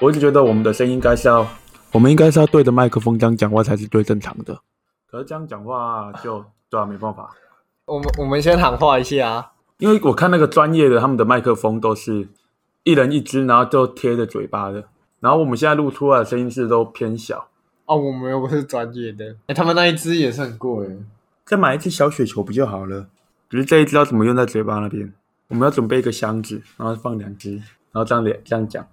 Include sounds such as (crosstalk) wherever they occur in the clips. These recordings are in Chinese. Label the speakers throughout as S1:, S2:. S1: 我一直觉得我们的声音应该是要，我们应该是要对着麦克风这样讲话才是最正常的。可是这样讲话就对啊，没办法，
S2: 我们我们先喊话一下啊，
S1: 因为我看那个专业的他们的麦克风都是一人一支，然后就贴着嘴巴的。然后我们现在录出来的声音是都偏小，
S2: 啊，我们又不是专业的，哎、他们那一支也是很贵耶，
S1: 再买一只小雪球不就好了？只是这一支要怎么用在嘴巴那边？我们要准备一个箱子，然后放两只，然后这样连这样讲。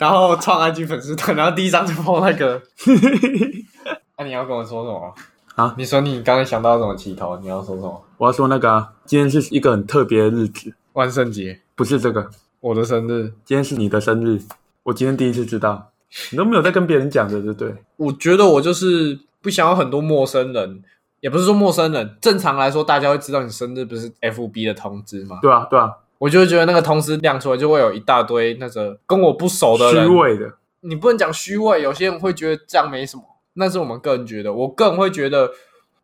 S2: 然后创 IG 粉丝团，然后第一张就放那 (laughs) 个。那、啊你要跟我说什么
S1: 啊
S2: 你说你刚才想到什么起头？你要说什么？
S1: 我要说那个、啊，今天是一个很特别的日子，
S2: 万圣节，
S1: 不是这个，
S2: 我的生日。
S1: 今天是你的生日，我今天第一次知
S2: (laughs)
S1: 道，你都没有在跟别人讲的，对不对？
S2: 我觉得我就是不想要很多陌生人，也不是说陌生人，正常来说大家会知道你生日不是 FB 的通知吗？
S1: 对啊，对啊，
S2: 我就会觉得那个通知亮出来，就会有一大堆那个跟我不熟的
S1: 虚
S2: 人，
S1: 伪的，
S2: 你不能讲虚伪，有些人会觉得这样没什么，那是我们个人觉得。我个人会觉得，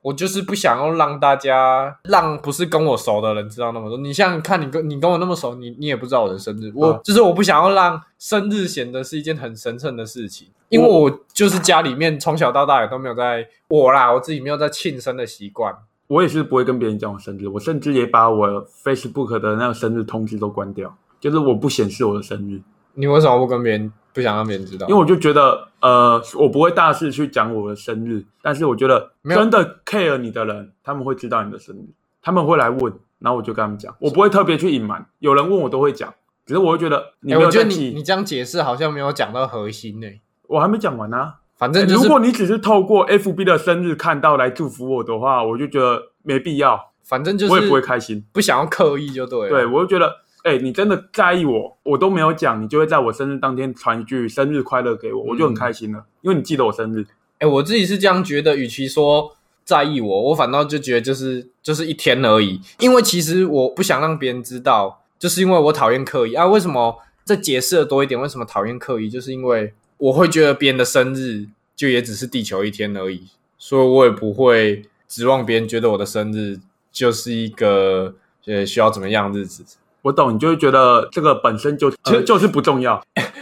S2: 我就是不想要让大家让不是跟我熟的人知道那么多。你像看你跟你跟我那么熟，你你也不知道我的生日，我、
S1: 嗯
S2: 就是我不想要让生日显得是一件很神圣的事情，因为我就是家里面从小到大也都没有在我啦，我自己没有在庆生的习惯。
S1: 我也是不会跟别人讲我生日，我甚至也把我 Facebook 的那个生日通知都关掉，就是我不显示我的生日，
S2: 你为什么不跟别人不想让别人知道？
S1: 因为我就觉得，呃，我不会大肆去讲我的生日，但是我觉得
S2: 没有
S1: 真的 care 你的人，他们会知道你的生日，他们会来问，然后我就跟他们讲，我不会特别去隐瞒，有人问我都会讲，只是我会觉得你
S2: 哎
S1: 没有
S2: 我觉
S1: 在
S2: 得你
S1: 记，
S2: 你这样解释好像没有讲到核心呢、
S1: 我还没讲完呢、啊。
S2: 反正就是
S1: 如果你只是透过 FB 的生日看到来祝福我的话，我就觉得没必要，
S2: 反正就是
S1: 我也不会开心。
S2: 不想要刻意就对了。啊
S1: 对，我就觉得，哎、你真的在意我，我都没有讲，你就会在我生日当天传一句生日快乐给
S2: 嗯
S1: 我，我就很开心了，因为你记得我生日。
S2: 哎、我自己是这样觉得，与其说在意我，我反倒就觉得就是就是一天而已，因为其实我不想让别人知道，就是因为我讨厌刻意啊。为什么这解释的多一点？为什么讨厌刻意？就是因为我会觉得别人的生日就也只是地球一天而已，所以我也不会指望别人觉得我的生日就是一个呃需要怎么样的日子。
S1: 我懂，你就会觉得这个本身就其
S2: 呃
S1: 实就是不重要。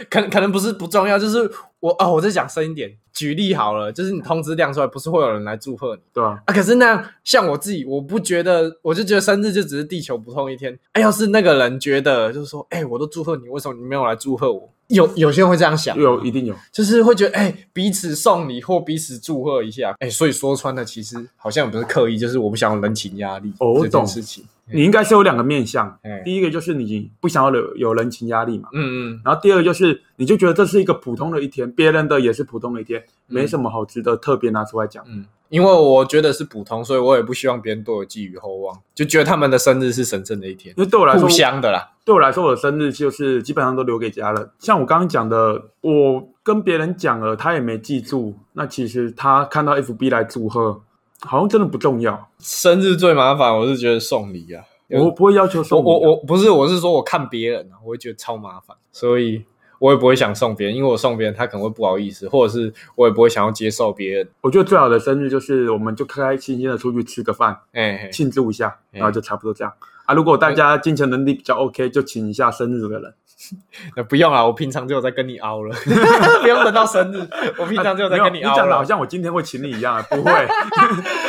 S2: 可能可能不是不重要，就是我哦，我再讲深一点，举例好了，就是你通知亮出来，不是会有人来祝贺你。
S1: 对吧？
S2: 啊，可是那样像我自己，我不觉得，我就觉得生日就只是地球不痛一天。哎，要是那个人觉得，就是说，哎，我都祝贺你，为什么你没有来祝贺我？有有些人会这样想，啊
S1: 有一定有，
S2: 就是会觉得，哎，彼此送礼或彼此祝贺一下，哎，所以说穿的其实好像也不是刻意，就是我不想有人情压力
S1: 哦我
S2: 这
S1: 懂
S2: 件事情。
S1: 你应该是有两个面向。
S2: 哎，
S1: 第一个就是你不想要有有人情压力嘛，
S2: 嗯嗯，
S1: 然后第二个就是你就觉得这是一个普通的一天，别人的也是普通的一天，没什
S2: 么，
S1: 么好值得特别拿出来讲。
S2: 嗯，因为我觉得是普通，所以我也不希望别人对我寄予厚望，就觉得他们的生日是神圣的一天，
S1: 因为对我来说
S2: 互，相的啦。
S1: 对我来说，我的生日就是基本上都留给家人。像我刚刚讲的，我跟别人讲了，他也没记住。那其实他看到 FB 来祝贺，好像真的不重要。
S2: 生日最麻烦，我是觉得送礼啊。
S1: 我不会要求
S2: 我
S1: 送礼啊
S2: 我我不是，我是说我看别人啊，我会觉得超麻烦，所以我也不会想送别人，因为我送别人他可能会不好意思，或者是我也不会想要接受别人。
S1: 我觉得最好的生日就是我们就开开心心的出去吃个饭，
S2: 哎、嘿
S1: 庆祝一下，
S2: 嗯
S1: 然后就差不多这样。啊，如果大家经济能力比较 OK，就请一下生日的人。
S2: 那不用啦，我平常就有在跟你凹 (laughs) 了，不用等到生日，我平常就有在
S1: 啊没有
S2: 跟
S1: 你
S2: 凹
S1: 讲的
S2: 了。
S1: 好像我今天会请你一样，啊不会。
S2: (laughs)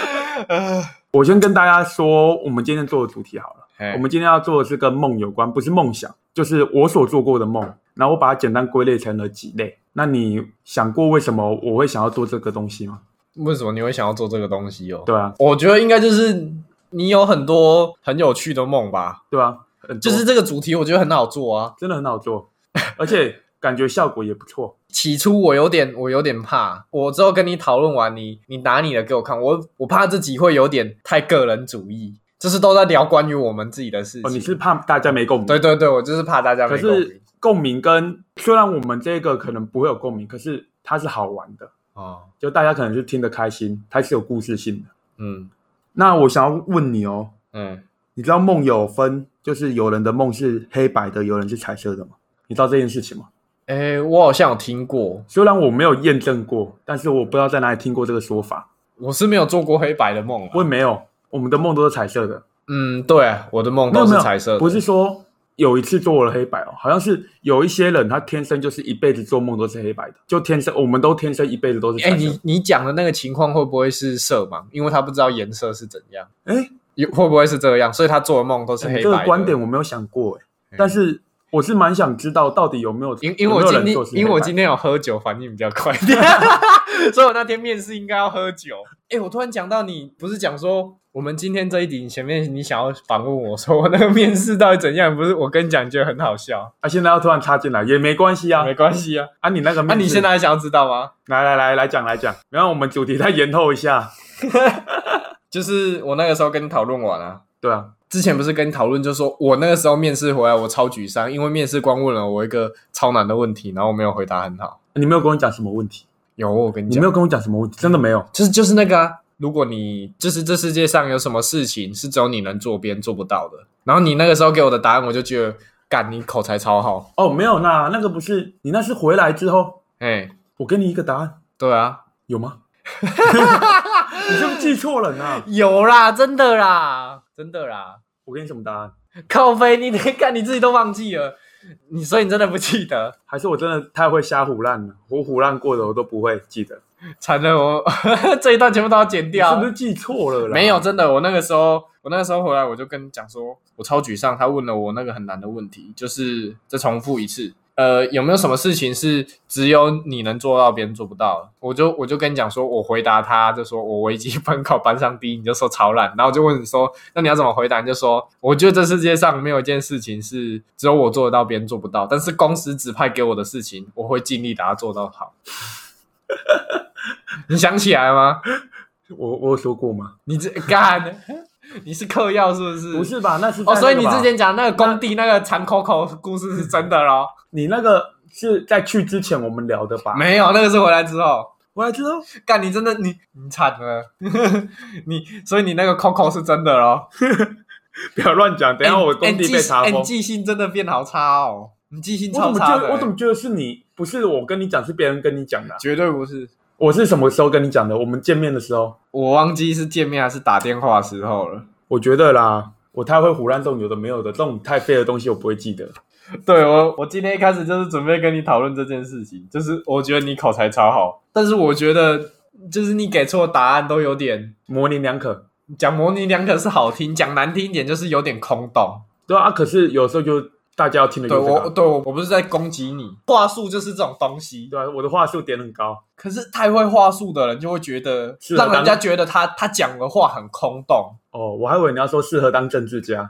S1: (laughs)
S2: 呃
S1: 我先跟大家说，我们今天做的主题好了。
S2: 嘿
S1: 我们今天要做的是跟梦有关，不是梦想，就是我所做过的梦。然后我把它简单归类成了几类。那你想过为什么我会想要做这个东西吗？
S2: 为什么你会想要做这个东西哦？
S1: 对啊，
S2: 我觉得应该就是你有很多很有趣的梦吧，
S1: 对啊，很
S2: 就
S1: 多
S2: 是这个主题我觉得很好做啊。
S1: 真的很好
S2: (laughs)
S1: 做，而且感觉效果也不错。
S2: 起初我有点，我有点怕。我之后跟你讨论完，你你拿你的给我看，我我怕自己会有点太个人主义，就是都在聊关于我们自己的事
S1: 哦，
S2: 情。
S1: 你是怕大家没共鸣？
S2: 对对对，我就是怕大家
S1: 可
S2: 没共
S1: 是
S2: 鸣
S1: 共鸣跟虽然我们这个可能不会有共鸣，可是它是好玩的，
S2: 哦，
S1: 就大家可能是听得开心，它是有故事性的。
S2: 嗯
S1: 那我想要问你哦，
S2: 嗯，
S1: 你知道梦有分，就是有人的梦是黑白的，有人是彩色的吗？你知道这件事情吗？
S2: 诶，我好像有听过，
S1: 虽然我没有验证过，但是我不知道在哪里听过这个说法。
S2: 我是没有做过黑白的梦啊。
S1: 我也没有，我们的梦都是彩色的，
S2: 嗯，对，我的梦
S1: 没有
S2: 都
S1: 没有
S2: 是彩色的，
S1: 不是说有一次做我的黑白哦，好像是有一些人他天生就是一辈子做梦都是黑白的，就天生我们都天生一辈子都是
S2: 哎、
S1: 白的。
S2: 你你讲的那个情况会不会是色盲？因为他不知道颜色是怎样，
S1: 哎、
S2: 有会不会是这样？所以他做的梦都是黑白
S1: 你这
S2: 的。
S1: 个嗯观点我没有想过哎、
S2: 嗯
S1: 但是我是蛮想知道到底有没有
S2: 因因为我
S1: 有没有
S2: 今
S1: 人
S2: 天
S1: 做是黑白
S2: 因为我今天有喝酒，反应比
S1: (laughs)
S2: 较快 (laughs) 一点，所以我那天面试应该要喝酒。哎、我突然讲到你，不是讲说我们今天这一集你前面你想要访问我说我那个面试到底怎样？不是我跟你讲，觉得很好笑，
S1: 啊，现在要突然插进来也没关系啊
S2: 没关系啊。
S1: 啊，你那个
S2: 那、
S1: 面试
S2: 你现在还想要知道吗？
S1: 来来来来讲来讲，然后我们主题再延后一下，
S2: 就是我那个时候跟你讨论完啊，
S1: 对啊，
S2: 之前不是跟你讨论，就是说我那个时候面试回来，我超沮丧，因为面试官问了我一个超难的问题，然后我没有回答很好。
S1: 你没有跟我讲什么问题，
S2: 有我跟你
S1: 你
S2: 讲，
S1: 没有跟我讲什么问题，真的没有。
S2: 就是就是那个啊，如果你就是这世界上有什么事情是只有你能做，别人做不到的。然后你那个时候给我的答案，我就觉得，干你口才超好，
S1: 哦，没有啦，那个不是你那是回来之后，
S2: 哎、
S1: 我给你一个答案，
S2: 对啊，
S1: 有吗？ (laughs) 你是不是记错人啊？
S2: 有啦，真的啦，真的啦，
S1: 我给你什么答案？
S2: 靠飞，你 (laughs) 连干你自己都忘记了，你所以你真的不记得，
S1: 还是我真的太会瞎胡乱了？我胡乱过的我都不会记得，
S2: 惨了我 (laughs) 这一段全部都要剪
S1: 你
S2: 掉，
S1: 是不是记错了啦？
S2: 没有，真的，我那个时候，我那个时候回来，我就跟你讲说，我超沮丧。他问了我那个很难的问题，就是再重复一次，呃，有没有什么事情是只有你能做到，别人做不到的？我就 (laughs) 我就跟你讲说，我回答他就说我微积分考班上第一，你就说超烂，然后我就问你说，那你要怎么回答？你就说，我觉得这世界上没有一件事情是只有我做得到，别人做不到，但是公司指派给我的事情，我会尽力把它做到
S1: (laughs)
S2: 好。你想起来吗？
S1: 我我有说过吗？
S2: 你这干， (laughs) 你是嗑药是不是？
S1: 不是吧？那是在
S2: 哦，所以
S1: 那
S2: 你
S1: 个吧
S2: 之前讲那个工地那个藏 Coco 故事是真的
S1: (laughs)
S2: 咯？
S1: 你那个是在去之前我们聊的吧？
S2: 没有，那个是回来之后。
S1: 回来之后，
S2: 干，你真的你你惨了， (laughs) 你所以你那个 Coco 是真的咯。
S1: 不要乱讲，等一下我工地被查
S2: 哎你
S1: 封。
S2: 记性真的变好差哦，你记性
S1: 我怎
S2: 超
S1: 么
S2: 差
S1: 觉
S2: 的、欸
S1: 得？我怎么觉得是你？不是我跟你讲，是别人跟你讲的啊、
S2: 绝对不是？
S1: 我是什么时候跟你讲的？我们见面的时候，
S2: 我忘记是见面还是打电话的时候了。
S1: 我觉得啦，我太会胡乱这种有的没有的，这种太废的东西我不会记得。
S2: 对我，我今天一开始就是准备跟你讨论这件事情，就是我觉得你口才超好，但是我觉得就是你给错答案都有点
S1: 模棱两可，
S2: 讲模棱两可是好听，讲难听一点就是有点空洞。
S1: 对啊。啊可是有时候就大家要听的
S2: 对
S1: 就是、这个
S2: 我，
S1: 啊，
S2: 对我，我不是在攻击你，话术就是这种东西。
S1: 对啊，我的话术点很高，
S2: 可是太会话术的人就会觉得，
S1: 是啊
S2: 让人家觉得他他讲的话很空洞。 (laughs)
S1: 哦，我还以为你要说适合当政治家，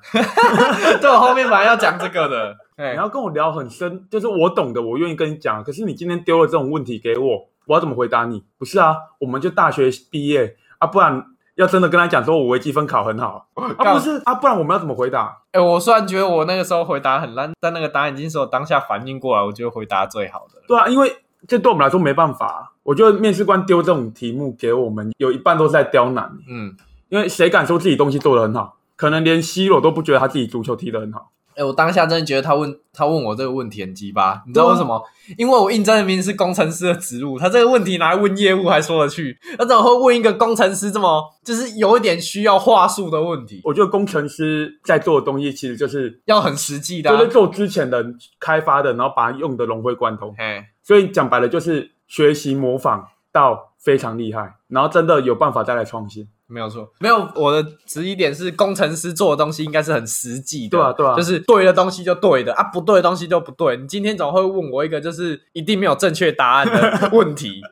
S2: 对，我后面本来要讲这
S1: (laughs)
S2: 个的。哎
S1: 你要跟我聊很深，就是我懂的，我愿意跟你讲。可是你今天丢了这种问题给我，我要怎么回答你？不是啊，我们就大学毕业啊，不然要真的跟他讲说我微积分考很好啊，
S2: 干
S1: 不是啊，不然我们要怎么回答？
S2: 哎，我虽然觉得我那个时候回答很烂，但那个答案已经是我当下反应过来，我觉得回答最好的了。
S1: 对啊，因为这对我们来说没办法啊、我觉得面试官丢这种题目给我们，有一半都是在刁难你，
S2: 嗯，
S1: 因为谁敢说自己东西做得很好？可能连 C 罗都不觉得他自己足球踢得很好。
S2: 哎、我当下真的觉得他问他问我这个问题很鸡巴，你知道为什么？因为我应征的明明是工程师的职务，他这个问题拿来问业务还说得去，他怎么会问一个工程师这么就是有一点需要话术的问题？
S1: 我觉得工程师在做的东西其实就是。
S2: 要很实际的、
S1: 就
S2: 啊
S1: 是。做之前的开发的，然后把它用的融会贯通。
S2: 哎，
S1: 所以讲白了就是学习模仿到非常厉害，然后真的有办法再来创新。
S2: 没有错，没有我的质疑点是，工程师做的东西应该是很实际的，
S1: 对啊对啊
S2: 就是对的东西就对的啊，不对的东西就不对。你今天怎么会问我一个就是一定没有正确答案的 (laughs) 问题？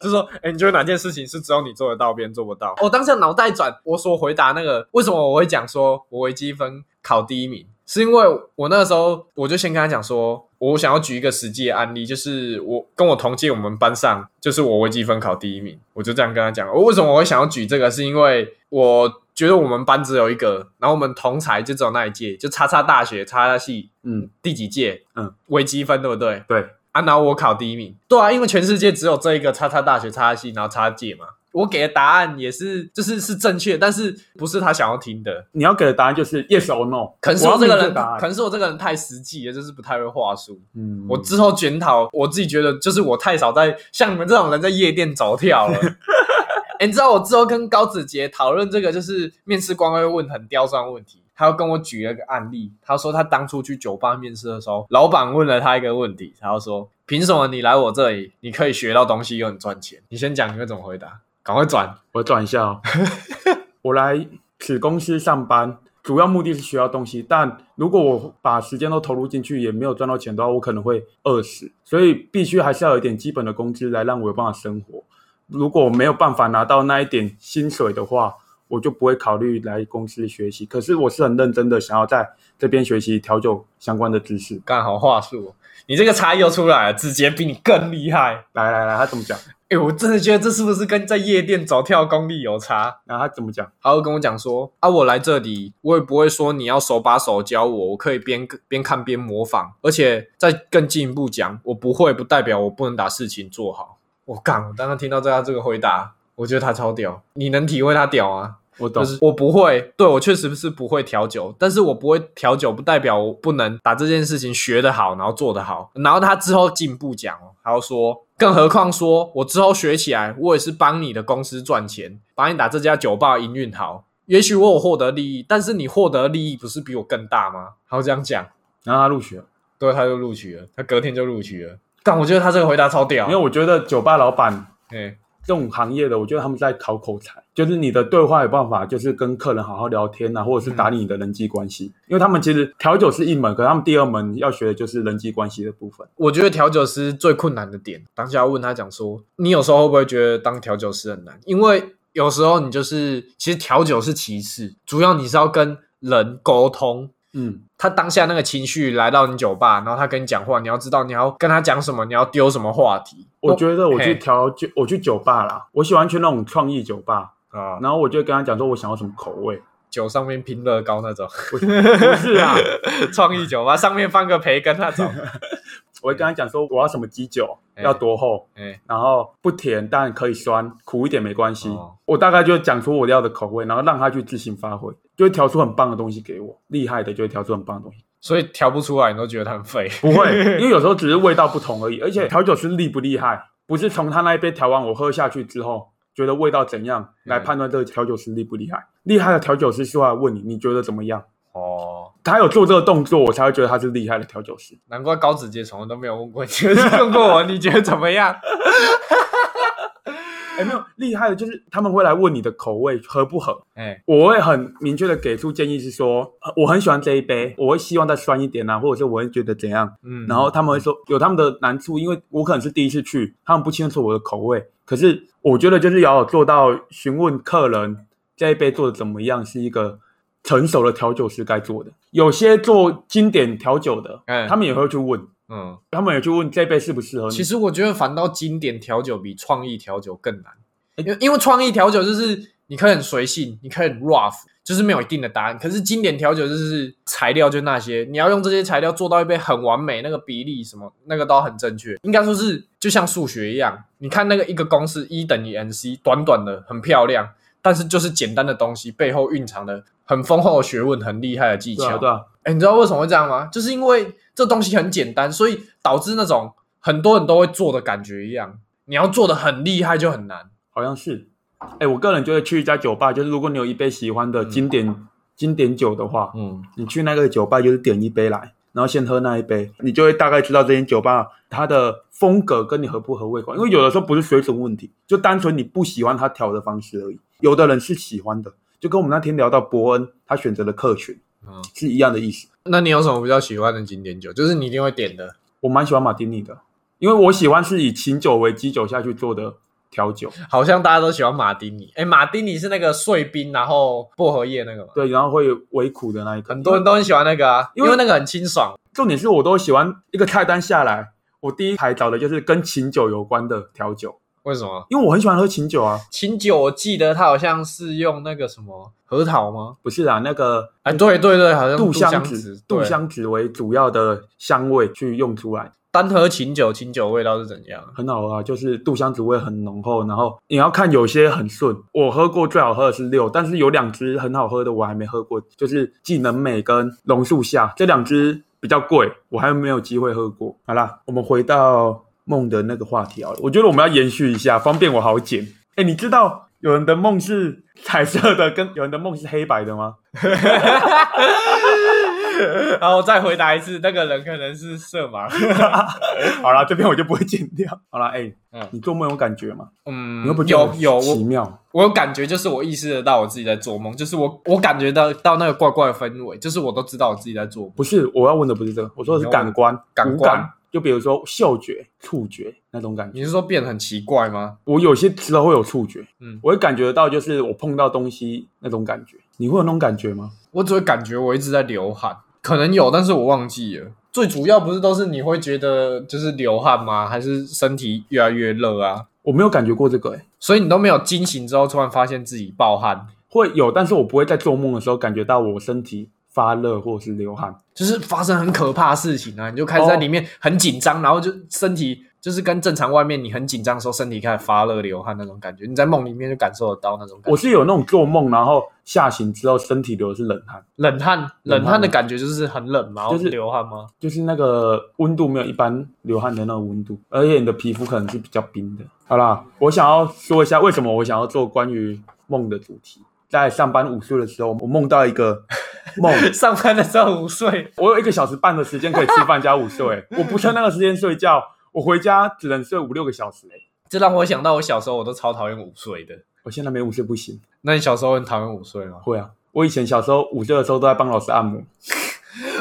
S2: 就是说，哎、你觉得哪件事情是只有你做得到，别人做不到？我当下脑袋转，我所回答那个为什么我会讲说我微积分考第一名，是因为我那个时候我就先跟他讲说，我想要举一个实际的案例，就是我跟我同届我们班上，就是我微积分考第一名，我就这样跟他讲。我为什么我会想要举这个，是因为我觉得我们班只有一个，然后我们同才就只有那一届，就叉叉大学叉叉系
S1: 嗯，
S2: 第几届，
S1: 嗯，
S2: 微积分对不对？
S1: 对，
S2: 啊，然后我考第一名。对啊，因为全世界只有这一个叉叉大学叉叉系，然后叉界嘛。我给的答案也是，就是是正确，但是不是他想要听的。
S1: 你要给的答案就是 yes or no。
S2: 可能是
S1: 我
S2: 我
S1: 要
S2: 这个
S1: 明确
S2: 人，
S1: 答案
S2: 可能是我这个人太实际了，就是不太会话术。
S1: 嗯
S2: 我之后检讨我自己，觉得就是我太少在像你们这种人在夜店走跳了。哎、你知道我之后跟高子杰讨论这个，就是面试官会问很刁钻的问题，他又跟我举了个案例，他说他当初去酒吧面试的时候，老板问了他一个问题，他就说：“凭什么你来我这里，你可以学到东西又很赚钱？”你先讲你会怎么回答，赶快转。
S1: 我转一 (laughs) 下哦，我来此公司上班，主要目的是学到东西。但如果我把时间都投入进去，也没有赚到钱的话，我可能会饿死。所以必须还是要有一点基本的工资来让我有办法生活。如果我没有办法拿到那一点薪水的话，我就不会考虑来公司学习。可是我是很认真的，想要在这边学习调酒相关的知识。
S2: 干好话术哦，你这个差异又出来了，子杰比你更厉害。
S1: 来来来，他怎么讲？
S2: 哎，我真的觉得这是不是跟在夜店找跳功力有差？
S1: 然后他怎么讲？
S2: 他会跟我讲说：“啊，我来这里，我也不会说你要手把手教我，我可以边边看边模仿，而且再更进一步讲，我不会不代表我不能把事情做好。”我干，我刚刚听到他这个回答，我觉得他超屌，你能体会他屌啊？
S1: 我懂
S2: 就。是我不会，对我确实是不会调酒，但是我不会调酒，不代表我不能把这件事情学得好，然后做得好。然后他之后进步讲哦，还要说，更何况说我之后学起来，我也是帮你的公司赚钱，把你打这家酒吧营运好。也许我有获得利益，但是你获得利益不是比我更大吗？还要这样讲，
S1: 然后他入学哦了，
S2: 对，他就录取了，他隔天就录取了。但我觉得他这个回答超屌，
S1: 因为我觉得酒吧老板
S2: 哎，
S1: 这种行业的，我觉得他们在考口才，就是你的对话有办法，就是跟客人好好聊天啊，或者是打理你的人际关
S2: 嗯
S1: 系。因为他们其实调酒是一门，可是他们第二门要学的就是人际关系的部分。
S2: 我觉得调酒师最困难的点，当下问他讲说，你有时候会不会觉得当调酒师很难？因为有时候你就是，其实调酒是其次，主要你是要跟人沟通。
S1: 嗯，
S2: 他当下那个情绪来到你酒吧，然后他跟你讲话，你要知道你要跟他讲什么，你要丢什么话题。
S1: 我觉得我去
S2: 嘿
S1: 调酒，我去酒吧啦，我喜欢去那种创意酒吧，
S2: 啊，
S1: 然后我就跟他讲说我想要什么口味，
S2: 酒上面拼乐高那种，
S1: 不是啊，
S2: (laughs) 创意酒吧上面放个培根那
S1: (laughs)
S2: 种。
S1: 我会跟他讲说我要什么基酒，
S2: 哎
S1: 要多厚，
S2: 哎，
S1: 然后不甜但可以酸，苦一点没关系。
S2: 哦
S1: 我大概就讲出我要的口味，然后让他去自行发挥，就会调出很棒的东西给我。厉害的就会调出很棒的东西，
S2: 所以调不出来，你都觉得他很废。
S1: (laughs) 不会，因为有时候只是味道不同而已。而且调酒师厉不厉害，不是从他那一杯调完我喝下去之后觉得味道怎样来判断这个调酒师厉不厉害。厉害的调酒师是会来问你你觉得怎么样，
S2: 哦，
S1: 他有做这个动作，我才会觉得他是厉害的调酒师。
S2: 难怪高子杰从来都没有问过你，就是问过我，你觉得怎么样？
S1: 哎，没有厉害的，就是他们会来问你的口味合不合，
S2: 哎，
S1: 我会很明确的给出建议，是说呃我很喜欢这一杯，我会希望再酸一点啊，或者是我会觉得怎样。
S2: 嗯，
S1: 然后他们会说有他们的难处，因为我可能是第一次去，他们不清楚我的口味。可是我觉得就是要有做到询问客人这一杯做的怎么样，是一个成熟的调酒师该做的。有些做经典调酒的，
S2: 嗯
S1: 他们也会去问，
S2: 嗯，
S1: 他们也去问这杯适不适合你。
S2: 其实我觉得反倒经典调酒比创意调酒更难，
S1: 哎
S2: 因为因为创意调酒就是你可以很随性，你可以很 rough，就是没有一定的答案。可是经典调酒就是材料就那些，你要用这些材料做到一杯很完美，那个比例什么那个都很正确，应该说是就像数学一样，你看那个一个公式 E 等于 mc，短短的很漂亮，但是就是简单的东西背后蕴藏的很丰厚的学问，很厉害的技
S1: 对
S2: 巧。
S1: 啊，对啊，
S2: 哎、你知道为什么会这样吗？就是因为这东西很简单，所以导致那种很多人都会做的感觉一样。你要做的很厉害就很难。
S1: 好像是。哎，我个人觉得去一家酒吧，就是如果你有一杯喜欢的经典、经典酒的话，
S2: 嗯，
S1: 你去那个酒吧就是点一杯来，然后先喝那一杯，你就会大概知道这间酒吧它的风格跟你合不合胃口。因为有的时候不是水准问题，就单纯你不喜欢他调的方式而已。有的人是喜欢的，就跟我们那天聊到伯恩他选择的客群
S2: 嗯
S1: 是一样的意思。
S2: 那你有什么比较喜欢的经典酒？就是你一定会点的。
S1: 我蛮喜欢马丁尼的，因为我喜欢是以琴酒为基酒下去做的调酒，
S2: 好像大家都喜欢马丁尼。哎、马丁尼是那个碎冰，然后薄荷叶那个嘛，
S1: 对，然后会微苦的那一个。
S2: 很多人都很喜欢那个啊，
S1: 因
S2: 因
S1: 为
S2: 为那个很清爽。
S1: 重点是我都喜欢一个菜单下来，我第一排找的就是跟琴酒有关的调酒，
S2: 为什么？
S1: 因为我很喜欢喝琴酒啊。
S2: 清酒我记得它好像是用那个什么核桃吗？
S1: 不是啊，那个
S2: 哎、对对对，好像
S1: 杜
S2: 香
S1: 香子，
S2: 对
S1: 杜香子为主要的香味去用出来，
S2: 单喝清酒，清酒味道是怎样？
S1: 很好喝啊。就是杜香子味很浓厚，然后你要看有些很顺。我喝过最好喝的是六，但是有两支很好喝的我还没喝过，就是技能美跟榕树下这两支比较贵，我还没有机会喝过。好啦，我们回到梦的那个话题啊，我觉得我们要延续一下，方便我好剪。哎，你知道有人的梦是彩色的，跟有人的梦是黑白的吗？
S2: (laughs) 然后再回答一次，那个人可能是色
S1: (laughs)
S2: 盲。
S1: 好啦，这边我就不会剪掉。 (laughs) 好啦，哎、
S2: 嗯
S1: 你做梦有感觉吗？
S2: 嗯
S1: 你又不，觉得
S2: 有
S1: 很
S2: 有
S1: 奇
S2: 我
S1: 妙？
S2: 我有感觉，就是我意识得到我自己在做梦，就是我我感觉到到那个怪怪的氛围，就是我都知道我自己在做梦。
S1: 不是，我要问的不是这个，我说的是感官，
S2: 感官
S1: 五感，就比如说嗅觉、触觉那种感觉。
S2: 你是说变得很奇怪吗？
S1: 我有些时候会有触觉，
S2: 嗯
S1: 我会感觉得到，就是我碰到东西那种感觉。你会有那种感觉吗？
S2: 我只会感觉我一直在流汗，可能有，但是我忘记了。最主要不是都是你会觉得就是流汗吗？还是身体越来越热啊？
S1: 我没有感觉过这个、欸，
S2: 所以你都没有惊醒之后，突然发现自己暴汗，
S1: 会有，但是我不会在做梦的时候感觉到我身体发热或者是流汗。
S2: 就是发生很可怕的事情啊，你就开
S1: 哦
S2: 始在里面很紧张，然后就身体就是跟正常外面你很紧张的时候，身体开始发热流汗那种感觉，你在梦里面就感受得到那种感
S1: 我
S2: 觉。
S1: 是有那种做梦，然后吓醒之后身体流的是冷汗，
S2: 冷汗，
S1: 冷汗
S2: 冷汗的感觉就是很冷嘛，
S1: 就是
S2: 流汗吗？ (laughs)
S1: 就是那个温度没有一般流汗的那个温度，而且你的皮肤可能是比较冰的。好啦，我想要说一下为什么我想要做关于梦的主题。在上班午睡的时候，我梦到一个梦，
S2: 上班的时候午睡，
S1: 我有一个小时半的时间可以吃饭加午睡、欸我不趁那个时间睡觉，我回家只能睡五六个小时、欸、
S2: 这让我想到我小时候我都超讨厌午睡的。
S1: 我现在没午睡不行，
S2: 那你小时候很讨厌午睡吗？ (laughs)
S1: 会啊。我以前小时候午睡的时候都在帮老师按摩，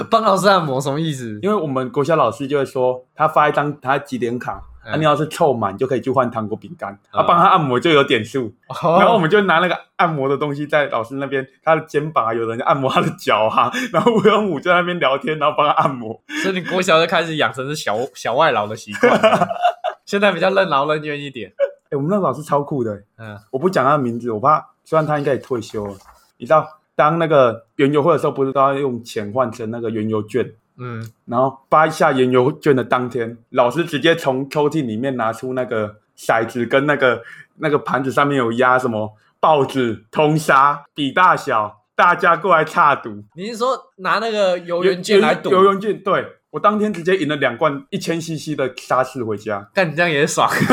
S2: 帮老师按摩什么意思？ (laughs)
S1: 因为我们国小老师就会说，他发一张他几点卡，
S2: 嗯
S1: 啊，你要是凑满就可以去换糖果饼干，
S2: 嗯
S1: 啊，帮他按摩就有点数，
S2: 哦
S1: 然后我们就拿那个按摩的东西在老师那边，他的肩膀啊，有人按摩他的脚啊， (laughs) 然后我用五就在那边聊天，然后帮他按摩，
S2: 所以你国小就开始养成是小小外劳的习惯了， (laughs) 现在比较任劳任怨一点。
S1: 哎、我们那个老师超酷的、
S2: 嗯，
S1: 我不讲他的名字，我怕，虽然他应该也退休了，你知道，当那个原油会的时候，不是都要用钱换成那个原油券？
S2: 嗯，
S1: 然后发一下研油卷的当天，老师直接从抽屉里面拿出那个骰子跟那个那个盘子上面有压什么报纸、通杀、比大小，大家过来差赌。
S2: 你是说拿那个
S1: 哦
S2: 游园券来赌？
S1: 游园券，对我当天直接赢了两罐一千 CC 的沙士回家。
S2: 干你这样也爽， (laughs)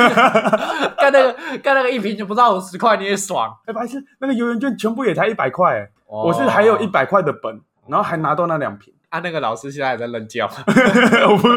S2: 干那个干那个一瓶就不到五十块你也爽。
S1: 哎，白痴，那个游园券全部也才一百块、哎我是还有一百块的本，然后还拿到那两瓶。
S2: 哦
S1: (laughs)
S2: 啊，那个老师现在还在任教，
S1: 我不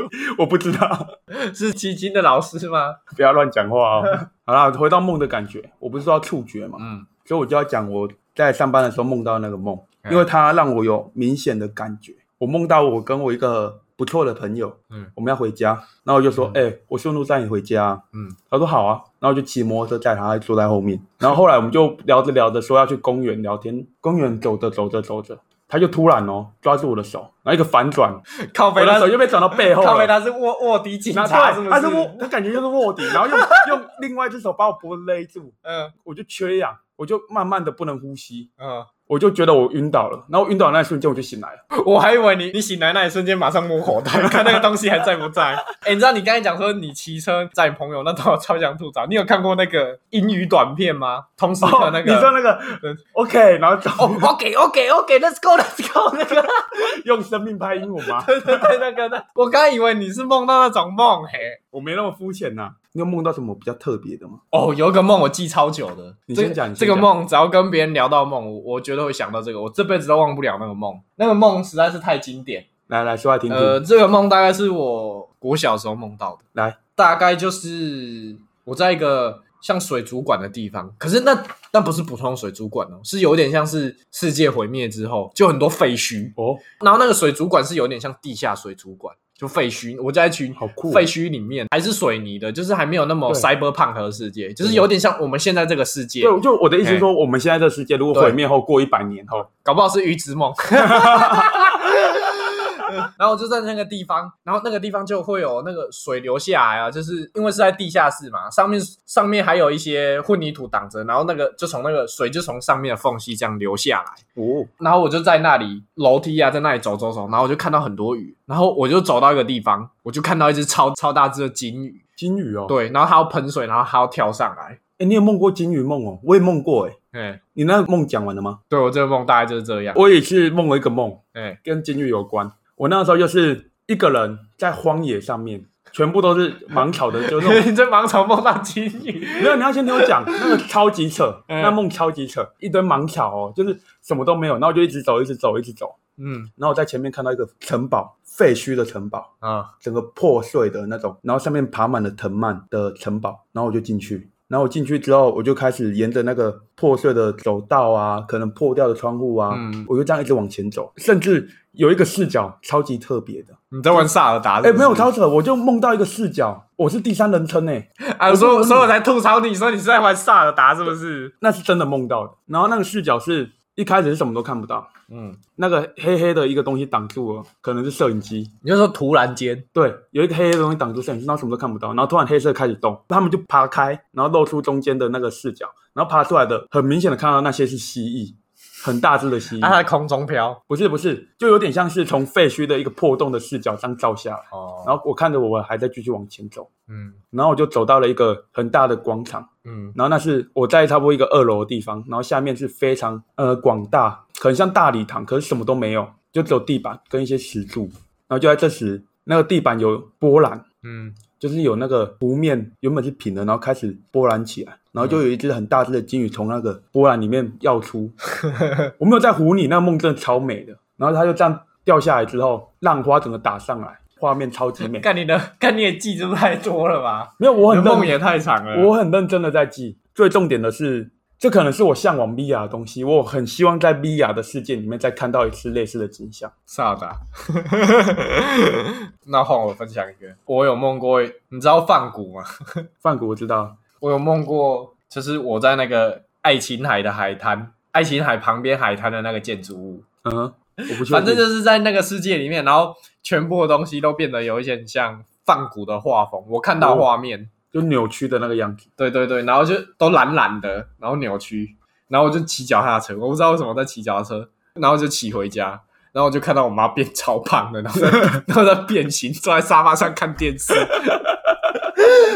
S1: 我不知道，
S2: (laughs) 是基金的老师吗？
S1: 不要乱讲话哦。好啦，回到梦的感觉，我不是说要触觉嘛，
S2: 嗯，
S1: 所以我就要讲我在上班的时候梦到那个梦，
S2: 嗯
S1: 因为它让我有明显的感觉。我梦到我跟我一个不错的朋友，
S2: 嗯，
S1: 我们要回家，然后我就说，哎、我顺路载你回家啊，
S2: 嗯，
S1: 他说好啊，然后就骑摩托车载他，他坐在后面，然后后来我们就聊着聊着说要去公园聊天，公园走着走着走着，他就突然哦抓住我的手，然后一个反转，
S2: 靠
S1: 我
S2: 背
S1: 的
S2: 他
S1: 手就被转到背后了，
S2: 靠背他是卧卧底警
S1: 然后
S2: 察，是
S1: 对，
S2: 不
S1: 他是
S2: 是
S1: 卧，他感觉就是卧底，然后用用另外一只手把我脖子勒住，
S2: 嗯
S1: 我就缺氧，我就慢慢的不能呼吸，
S2: 嗯，
S1: 我就觉得我晕倒了，然后晕倒的那一瞬间我就醒来了，
S2: 我还以为你你醒来那一瞬间马上摸口
S1: (laughs)
S2: 袋，看那个东西还在不在。 (laughs) 哎、你知道你刚才讲说你骑车载你朋友，那段我超想吐槽。你有看过那个英语短片吗？同时刻那
S1: 哦你说
S2: 个。
S1: 那
S2: 对
S1: 个 OK，然后走、
S2: 哦、o k OK OK，Let's go，Let's go，那个
S1: 用生命拍英文 (laughs) 吗？
S2: 对对对，那个那，我刚以为你是梦到那种梦嘿。
S1: 我没那么肤浅呐。你有梦到什么比较特别的吗？
S2: 哦，有一个梦我记超久的，
S1: 你
S2: 这
S1: 先讲你先
S2: 这个
S1: 讲
S2: 梦，只要跟别人聊到梦，我我绝对会想到这个，我这辈子都忘不了那个梦。那个梦实在是太经典。
S1: 来来说来听听。
S2: 呃，这个梦大概是我国小时候梦到的，
S1: 来，
S2: 大概就是我在一个像水族馆的地方，可是那那不是普通水族馆哦，是有点像是世界毁灭之后就很多废墟，
S1: 哦，
S2: 然后那个水族馆是有点像地下水族馆，就废墟。我在去
S1: 好酷哦
S2: 废墟里面还是水泥的，就是还没有那么
S1: 对
S2: cyberpunk 的世界，就是有点像我们现在这个世界，
S1: 对，就我的意思是说，我们现在这世界如果
S2: 对
S1: 毁灭后过一百年后，
S2: 搞不好是鱼
S1: (laughs)
S2: 之梦。然后我就在那个地方，然后那个地方就会有那个水流下来啊，就是因为是在地下室嘛，上面上面还有一些混凝土挡着，然后那个就从那个水就从上面的缝隙这样流下来。
S1: 哦，
S2: 然后我就在那里楼梯啊，在那里走走走，然后我就看到很多鱼，然后我就走到一个地方，我就看到一只超超大只的金鱼，
S1: 金鱼哦，，
S2: 对，然后它要喷水，然后它要跳上来，
S1: 哎，你有梦过金鱼梦哦？我也梦过哎。
S2: 哎，
S1: 你那个梦讲完了吗？
S2: 对我这个梦大概就是这样，
S1: 我也是梦了一个梦，
S2: 哎，
S1: 跟金鱼有关。我那时候就是一个人在荒野上面，全部都是盲考的，就那种。
S2: (laughs) 你在盲场梦到金鱼，
S1: 没有，你要先听我讲，那个超级扯，
S2: (laughs) 嗯
S1: 那梦超级扯，一堆盲巧哦，就是什么都没有，然后我就一直走，一直走，一直走，
S2: 嗯
S1: 然后我在前面看到一个城堡，废墟的城堡，
S2: 啊，
S1: 整个破碎的那种，然后上面爬满了藤蔓的城堡，然后我就进去，然后我进去之后，我就开始沿着那个破碎的走道啊，可能破掉的窗户啊，
S2: 嗯
S1: 我就这样一直往前走，甚至有一个视角超级特别的，
S2: 你在玩萨尔达？
S1: 哎，没有
S2: 他
S1: 超扯，我就梦到一个视角，我是第三人称哎、
S2: 啊，所以我所以我才吐槽你说你是在玩萨尔达，是不是？
S1: 那是真的梦到的，然后那个视角是一开始是什么都看不到。
S2: 嗯，
S1: 那个黑黑的一个东西挡住了，可能是摄影机，
S2: 你就说突然间，
S1: 对，有一个黑黑的东西挡住摄影师，然后什么都看不到，然后突然黑色开始动，他们就爬开，然后露出中间的那个视角，然后爬出来的很明显的看到那些是蜥蜴，很大只的蜥
S2: 啊它
S1: 蜴，
S2: 在空中飘，
S1: 不是不是，就有点像是从废墟的一个破洞的视角这样照下来，
S2: 哦，
S1: 然后我看着我还在继续往前走，
S2: 嗯
S1: 然后我就走到了一个很大的广场，
S2: 嗯
S1: 然后那是我在差不多一个二楼的地方，然后下面是非常呃广大，很像大礼堂，可是什么都没有，就只有地板跟一些石柱。然后就在这时，那个地板有波澜，
S2: 嗯，
S1: 就是有那个湖面原本是平的，然后开始波澜起来，然后就有一只很大只的金鱼从那个波澜里面跃
S2: (laughs)
S1: 出。我没有在唬你，那个梦真的超美的。然后它就这样掉下来之后，浪花整个打上来，画面超级美。
S2: (laughs) 干你的干你也记住太多了吧？
S1: 没有，我
S2: 你
S1: 很
S2: 的
S1: 认
S2: 梦也太长了，
S1: 我很认真的在记。最重点的是，这可能是我向往 VR 的东西，我很希望在 VR 的世界里面再看到一次类似的景象。
S2: 萨尔达。 (laughs) 那换我分享一个，我有梦过，你知道放谷吗？
S1: 范谷我知道，
S2: 我有梦过，就是我在那个爱琴海的海滩，爱琴海旁边海滩的那个建筑物，
S1: 嗯哼，我不确定，
S2: 反正就是在那个世界里面，然后全部的东西都变得有一些很像放古的画风。我看到画面，
S1: 就扭曲的那个样子。
S2: 对对对，然后就都蓝蓝的，然后扭曲，然后我就骑脚踏车，我不知道为什么在骑脚踏车，然后就骑回家，然后我就看到我妈变超胖的，然后在 (laughs) 然后在变形，坐在沙发上看电视。 (laughs)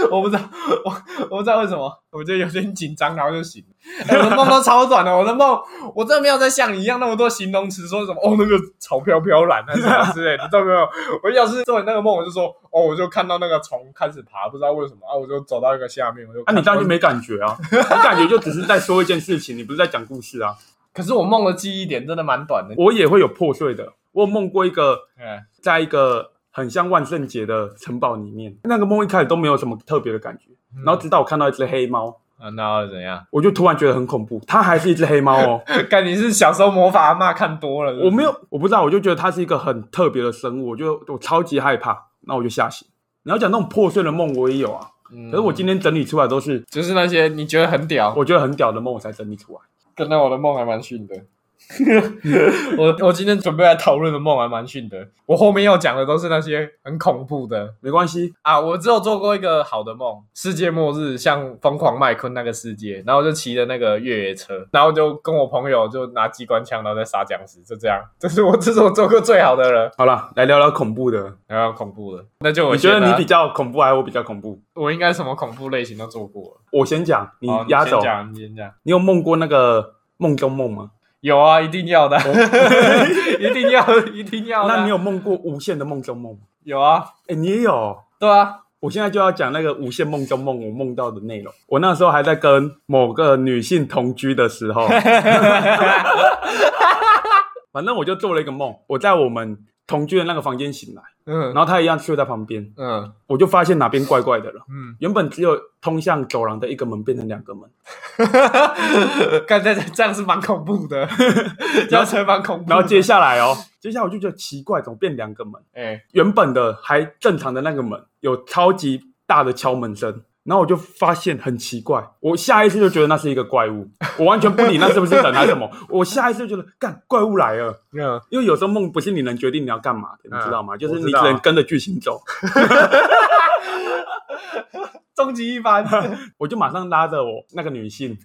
S2: 我不知道，我我不知道为什么，我就有点紧张，然后就醒了。哎我的梦都超短的，我的梦我真的没有在像你一样那么多形容词，说什么哦那个草飘飘然啊什么之类的，你知道没有？我要是做你那个梦，我就说哦，我就看到那个虫开始爬，不知道为什么啊，我就走到一个下面，我就
S1: 那、
S2: 看
S1: 啊你这样就没感觉啊？你感觉就只是在说一件事情，你不是在讲故事啊？
S2: 可是我梦的记忆点真的蛮短的。
S1: 我也会有破碎的，我有梦过一个，
S2: 嗯
S1: 在一个很像万圣节的城堡里面，那个梦一开始都没有什么特别的感觉，
S2: 嗯
S1: 然后直到我看到一只黑猫，
S2: 啊，那又怎样？ (laughs)
S1: 我就突然觉得很恐怖，它还是一只黑猫哦。
S2: 看你是小时候魔法阿嬷看多了是不是
S1: 我没有，我不知道，我就觉得它是一个很特别的生物，我就我超级害怕，那我就吓醒。你要讲那种破碎的梦，我也有啊，
S2: 嗯
S1: 可是我今天整理出来都是
S2: 就是那些你觉得很屌，
S1: 我觉得很屌的梦，我才整理出来。
S2: 跟到我的梦还蛮逊的。 (laughs) 我我今天准备来讨论的梦还蛮逊的，我后面要讲的都是那些很恐怖的
S1: 没关系，
S2: 啊。我只有做过一个好的梦，世界末日，像疯狂麦昆那个世界，然后就骑着那个越野车，然后就跟我朋友就拿机关枪，然后在杀僵尸，就这样。这是我这是我做过最好的了，
S1: 好了，来聊聊恐怖的。
S2: 然后恐怖的，那就我
S1: 你觉得
S2: 先
S1: 你
S2: 啦
S1: 比较恐怖，还是我比较恐怖？
S2: 我应该什么恐怖类型都做过了。
S1: 我先讲，你
S2: 好
S1: 压
S2: 先
S1: 轴，
S2: 讲，你先讲。
S1: 你有梦过那个梦中梦吗？
S2: 有啊，一定要的，一定要，一定 (laughs) 要的。
S1: 那你有梦过无限的梦中梦吗？
S2: 有啊？
S1: 哎，你也有。
S2: 对啊，
S1: 我现在就要讲那个无限梦中梦，我梦到的内容。我那时候还在跟某个女性同居的时候，反正我就做了一个梦，我在我们同居的那个房间醒来，
S2: 嗯
S1: 然后她一样睡在旁边，
S2: 嗯
S1: 我就发现哪边怪怪的了。
S2: 嗯，
S1: 原本只有通向走廊的一个门变成两个门，
S2: 刚才这样是蛮恐怖 (laughs) 的，这样才蛮恐怖的。
S1: 然后接下来哦，接下来我就觉得奇怪，怎么变两个门？
S2: 哎、
S1: 原本的还正常的那个门有超级大的敲门声，然后我就发现很奇怪，我下意识就觉得那是一个怪物，我完全不理那是不是人还是什
S2: (laughs)
S1: 么，我下意识就觉得干怪物来了，
S2: 嗯，
S1: 因为有时候梦不是你能决定你要干嘛的，
S2: (laughs)
S1: 你知道吗？就是
S2: 啊
S1: 你
S2: 我知道
S1: 只能跟着剧情走，
S2: 终极一 (laughs) 班，
S1: 我就马上拉着我那个女性，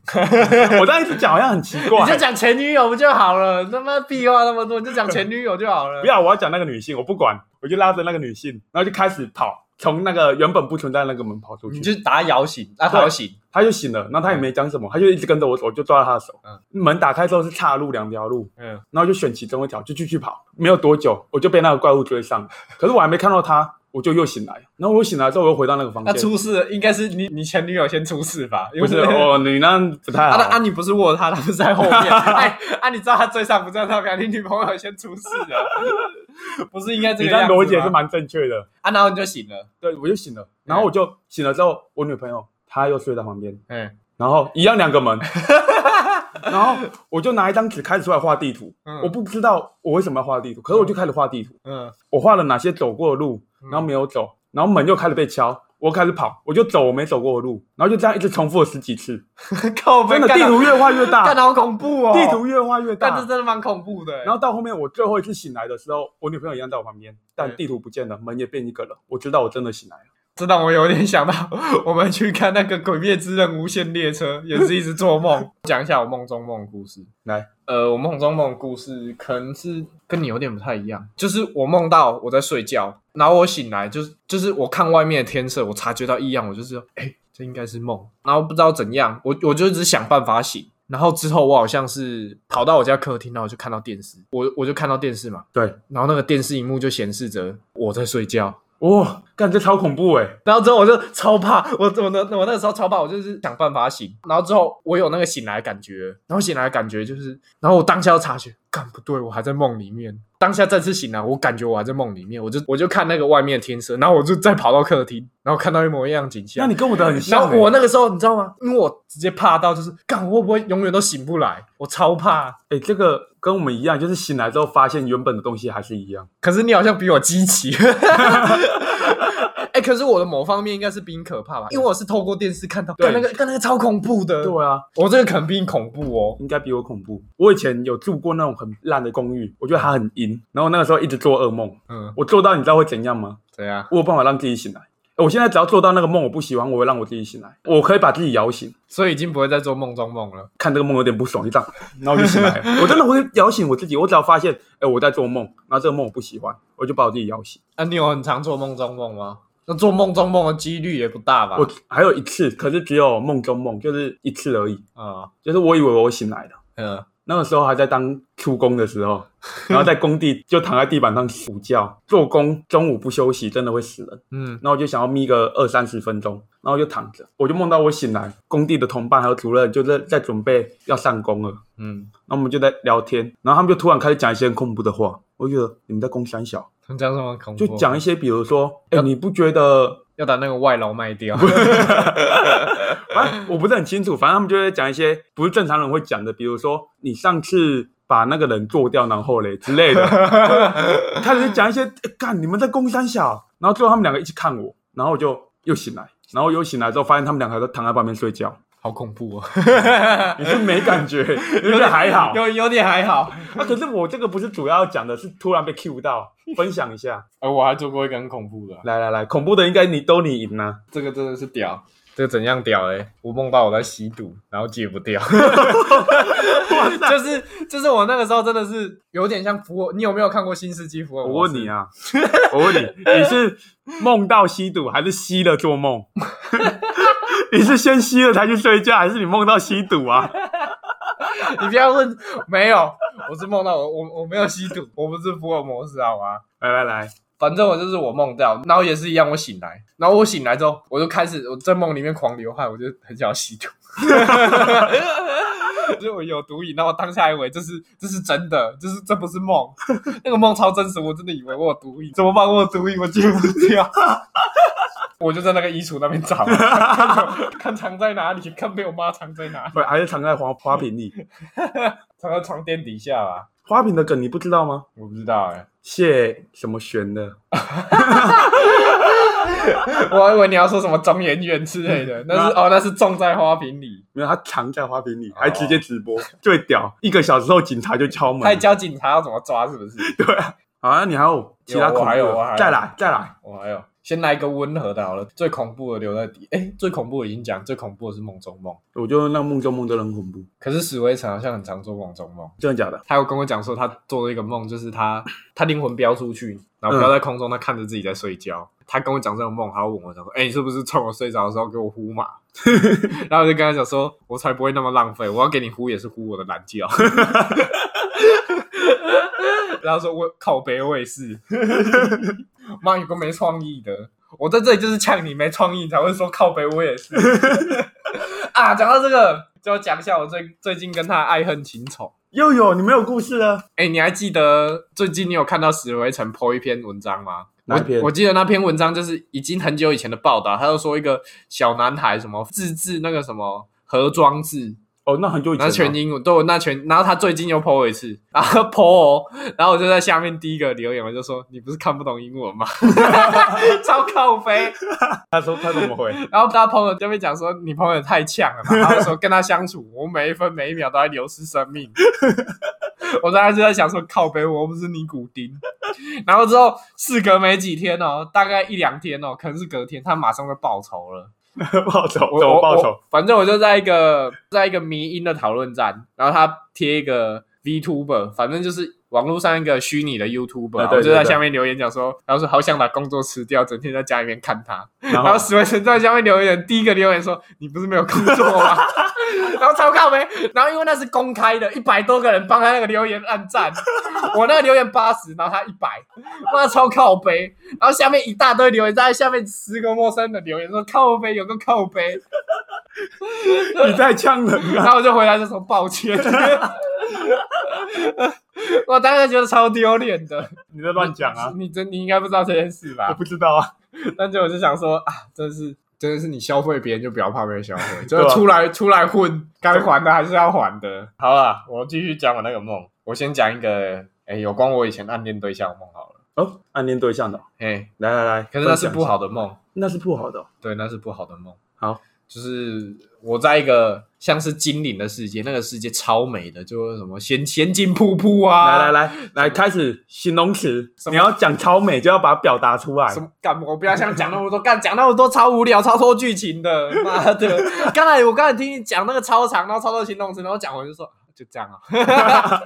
S1: 我这样一直讲好像很奇怪
S2: 你，就讲前女友不就好了？他妈屁话那么多，你就讲前女友就好了
S1: 不。要，我要讲那个女性，我不管，我就拉着那个女性，然后就开始跑，从那个原本不存在的那个门跑出去
S2: 你。就打摇醒，啊，摇醒，
S1: 他就醒了，然后他也没讲什么，他就一直跟着我走，我就抓着他的手。
S2: 嗯
S1: 门打开之后是岔路两条路，
S2: 嗯
S1: 然后就选其中一条，就继续跑。没有多久，我就被那个怪物追上了，可是我还没看到他，我就又醒来，然后我醒来之后我又回到那个房
S2: 那
S1: 间，
S2: 啊出事应该是你你前女友先出事吧？因
S1: 不
S2: 为
S1: 是哦，你那不太
S2: 啊，
S1: 好。
S2: 那啊，你不是握他，他不是在后
S1: (laughs)
S2: 面。哎，啊，你知道他追上不追上表，你女朋友先出事了， (laughs) 不是应该这
S1: 你
S2: 个
S1: 那
S2: 样子
S1: 逻辑是
S2: 吗？嗯
S1: 蛮正确的。
S2: 啊，然后你就醒了，
S1: 对，我就醒了，然后我就醒了之后，我女朋友她又睡在旁边，
S2: 嗯
S1: 然后一样两个
S2: (laughs)
S1: 门，然后我就拿一张纸开始出来画地图。
S2: 嗯
S1: 我不知道我为什么要画地图，可是我就开始画地图。
S2: 嗯 (laughs)
S1: 我画了哪些走过的路，然后没有走，然后门又开始被敲，我开始跑，我就走我没走过的路，然后就这样一直重复了十几次。
S2: 靠背，
S1: 真的，地图越画越
S2: 干
S1: 大，
S2: 得好恐怖哦，
S1: 地图越画越
S2: 干这
S1: 大。
S2: 真的蛮恐怖的。欸
S1: 然后到后面我最后一次醒来的时候，我女朋友一样在我旁边，但
S2: 对
S1: 地图不见了，门也变一个了。我知道我真的醒来了。
S2: 这让我有点想到， (laughs) 我们去看那个《鬼灭之刃：无限列车》，也是一直做 (laughs) 梦。讲一下我梦中梦的故事。
S1: 来，
S2: 呃，我梦中梦的故事可能是跟你有点不太一样，就是我梦到我在睡觉，然后我醒来，就是就是我看外面的天色，我察觉到异样，我就是哎、这应该是梦，然后不知道怎样，我我就一直想办法醒。然后之后我好像是跑到我家客厅，然后我就看到电视，我我就看到电视嘛，
S1: 对，
S2: 然后那个电视荧幕就显示着我在睡觉，
S1: 哇、干这超恐怖哎、
S2: 然后之后我就超怕， (laughs) 我我那我那时候超怕，我就是想办法醒。然后之后我有那个醒来的感觉，然后醒来的感觉就是，然后我当下就察觉，干不对，我还在梦里面。当下再次醒来，我感觉我还在梦里面，我就我就看那个外面的天色，然后我就再跑到客厅，然后看到一模一样的景
S1: 那
S2: 象
S1: 你。跟我的很
S2: 然
S1: 像、
S2: 后
S1: 欸。
S2: 我那个时候你知道吗？因为我直接怕到就是，干我会不会永远都醒不来？我超怕。
S1: 哎、这个跟我们一样，就是醒来之后发现原本的东西还是一样。
S2: 可是你好像比我积极。 (laughs) 哎、可是我的某方面应该是比你可怕吧？因为我是透过电视看到，
S1: 对
S2: 干那个干那个超恐怖的。
S1: 对啊，
S2: 我这个可能比你恐怖哦。
S1: 应该比我恐怖。我以前有住过那种很烂的公寓，我觉得它很阴，然后那个时候一直做噩梦。
S2: 嗯，啊
S1: 我做到你知道会怎样吗？
S2: 怎样？
S1: 我有办法让自己醒来。我现在只要做到那个梦我不喜欢，我会让我自己醒来，我可以把自己摇醒。
S2: 所以已经不会再做梦中梦了。
S1: 看这个梦有点不爽，就这样，然后我就醒来了。我真的会摇醒我自己，我只要发现，哎、我在做梦，然后这个梦我不喜欢，我就把我自己摇醒。
S2: 啊，你有很常做梦中梦吗？那做梦中梦的几率也不大吧？
S1: 我还有一次，可是只有梦中梦，就是一次而已。
S2: 嗯
S1: 就是我以为我醒来了，
S2: 嗯，
S1: 那个时候还在当出工的时候，然后在工地就躺在地板上午觉，做工中午不休息真的会死人。
S2: 嗯，
S1: 然后我就想要眯个二三十分钟，然后就躺着，我就梦到我醒来，工地的同伴还有主任就在在准备要上工了，
S2: 嗯，
S1: 那我们就在聊天，然后他们就突然开始讲一些很恐怖的话，我就觉得你们在攻三小，
S2: 你讲什么恐怖？
S1: 就讲一些比如说，哎、你不觉得？
S2: 要把那个外劳卖掉。
S1: 反正我不是很清楚，反正他们就在讲一些不是正常人会讲的，比如说你上次把那个人做掉，然后嘞之类的，开始讲一些欸干、你们在攻三小，然后最后他们两个一起看我，然后我就又醒来，然后又醒来之后发现他们两个都躺在旁边睡觉，
S2: (laughs) 好恐怖哦！
S1: 你是没感觉，你觉得还好？
S2: (laughs) 有有点还好。
S1: 啊，可是我这个不是主要讲的，是突然被 Q 到，分享一下。
S2: 而呃我还做过一个很恐怖的，
S1: 来来来，恐怖的应该你都你赢啊，
S2: 这个真的是屌。这个怎样屌欸嘞？我梦到我在吸毒，然后戒不掉。 (laughs) 就是就是我那个时候真的是有点像福尔，你有没有看过《新世纪福尔
S1: 我
S2: 摩
S1: 问
S2: 斯》？
S1: 你啊，我问你，你是梦到吸毒，还是吸了做梦？ (laughs) 你是先吸了才去睡觉，还是你梦到吸毒啊？
S2: 你不要问，没有，我是梦到我我我没有吸毒，我不是福尔摩斯好吗？
S1: 来来来，
S2: 反正我就是我梦到，然后也是一样，我醒来，然后我醒来之后，我就开始我在梦里面狂流汗，我就很想要吸毒， (laughs) 就是我有毒瘾，然后我当下以为这是这是真的，就是这不是梦， (laughs) 那个梦超真实，我真的以为我有毒瘾，怎么办？我有毒瘾，我戒不掉。 (laughs) 我就在那个衣橱那边找， (laughs) 看看藏在哪里，看被我妈藏在哪里，
S1: 不还是藏在花花瓶里？
S2: 藏在床垫底下吧。
S1: 花瓶的梗你不知道吗？
S2: 我不知道哎、
S1: 谢什么玄的？
S2: 我还以为你要说什么中研院之类的，那是哦，那是种在花瓶里。
S1: 没有，他藏在花瓶里，
S2: 哦
S1: 还直接直播，最屌！一个小时后警察就
S2: (laughs)
S1: 敲门
S2: 他还，教警察要怎么抓，是不是？
S1: (laughs) 对啊。好啊，你还有其他
S2: 有我
S1: 恐怖
S2: 还有我还
S1: 的？
S2: 有
S1: 再来，再来。
S2: 我还有，哎先来一个温和的好了。最恐怖的留在底，哎、最恐怖的已经讲，最恐怖的是梦中梦。
S1: 我觉得那个梦中梦真的很恐怖，
S2: 可是史威城好像很常做梦中梦，
S1: 真的假的？
S2: 他有跟我讲说，他做了一个梦，就是他他灵魂飙出去，然后飙在空中，他看着自己在睡觉。他跟我讲这个梦，他问我讲说：“哎、你是不是趁我睡着的时候给我呼嘛？” (laughs) 然后我就跟他讲说：“我才不会那么浪费，我要给你呼也是呼我的懒觉。” (laughs) 然后说：“我靠北，我也是。” (laughs) 妈有个没创意的，我在这里就是呛你没创意，才会说靠北我也是 (laughs) 啊。讲到这个，就要讲一下我最最近跟他的爱恨情仇。
S1: 又有你没有故事啊了？
S2: 哎、你还记得最近你有看到史维成 po 一篇文章吗？
S1: 哪一篇
S2: 我？我记得那篇文章就是已经很久以前的报道，他就说一个小男孩什么自制那个什么盒装制，
S1: 哦，那很久以前
S2: 那
S1: 了，
S2: 全英文，对，我那全，然后他最近又 po 一次，然后 (laughs) po，哦、然后我就在下面第一个留言，我就说你不是看不懂英文吗？ (laughs) 超靠飞，
S1: 他说他怎么回？
S2: 然后他朋友就被讲说你朋友太呛了嘛，然后说跟他相处，我每一分每一秒都在流失生命。 (laughs) 我当时就在想说靠背，我又不是尼古丁。然后之后事隔没几天哦，大概一两天哦，可能是隔天，他马上就报仇了。
S1: 报仇？
S2: 我
S1: 怎么
S2: 我
S1: 报
S2: 我
S1: 仇？
S2: 反正我就在一个在一个迷音的讨论站，然后他贴一个 VTuber，反正就是网络上一个虚拟的 YouTuber，、
S1: 啊
S2: 然后
S1: 对
S2: 我就在
S1: 对对
S2: 下面留言讲说，然后说好想把工作辞掉，整天在家里面看他。
S1: 然
S2: 然后
S1: 后
S2: 史文成在下面留言，第一个留言说：“你不是没有工作吗？” (laughs) 然后超靠没，然后因为那是公开的，一百多个人帮他那个留言按赞，我那个留言八十，然后他一百，妈超靠背。然后下面一大堆留言，在下面十个陌生的留言说靠背，有个靠背。
S1: (laughs) 你在呛人
S2: 然
S1: 啊？
S2: 后我就回来就说抱歉， (laughs) 我当时觉得超丢脸的。
S1: 你在乱讲 (laughs) 啊？
S2: 你真你应该不知道这件事吧
S1: 我？不知道啊。
S2: 但就我就想说啊，真的是真的是你消费别人就不要怕被人消 (laughs) 费，就
S1: 对
S2: 是
S1: 啊
S2: 出来、出来混，该还的还是要还的。好了，我继续讲我那个梦，我先讲一个，哎、有关我以前暗恋对象的梦好了，
S1: 哦，暗恋对象的，
S2: 哎、
S1: 来来来，
S2: 可是那是
S1: 分享一
S2: 不
S1: 下，
S2: 好的梦，
S1: 那是不好的哦。
S2: 对，那是不好的梦。
S1: 好，
S2: 就是我在一个像是精灵的世界，那个世界超美的，就是什么仙仙境瀑布啊，
S1: 来来来来，开始形容词
S2: 什，么
S1: 你要讲超美就要把它表达出来
S2: 什。么 (laughs) 干？我不要像讲那么多，干讲那么多超无聊、超脱剧情的，
S1: (laughs)
S2: 妈的！刚才我刚才听你讲那个超长，然后超多形容词，然后讲完就说就这样啊， (laughs)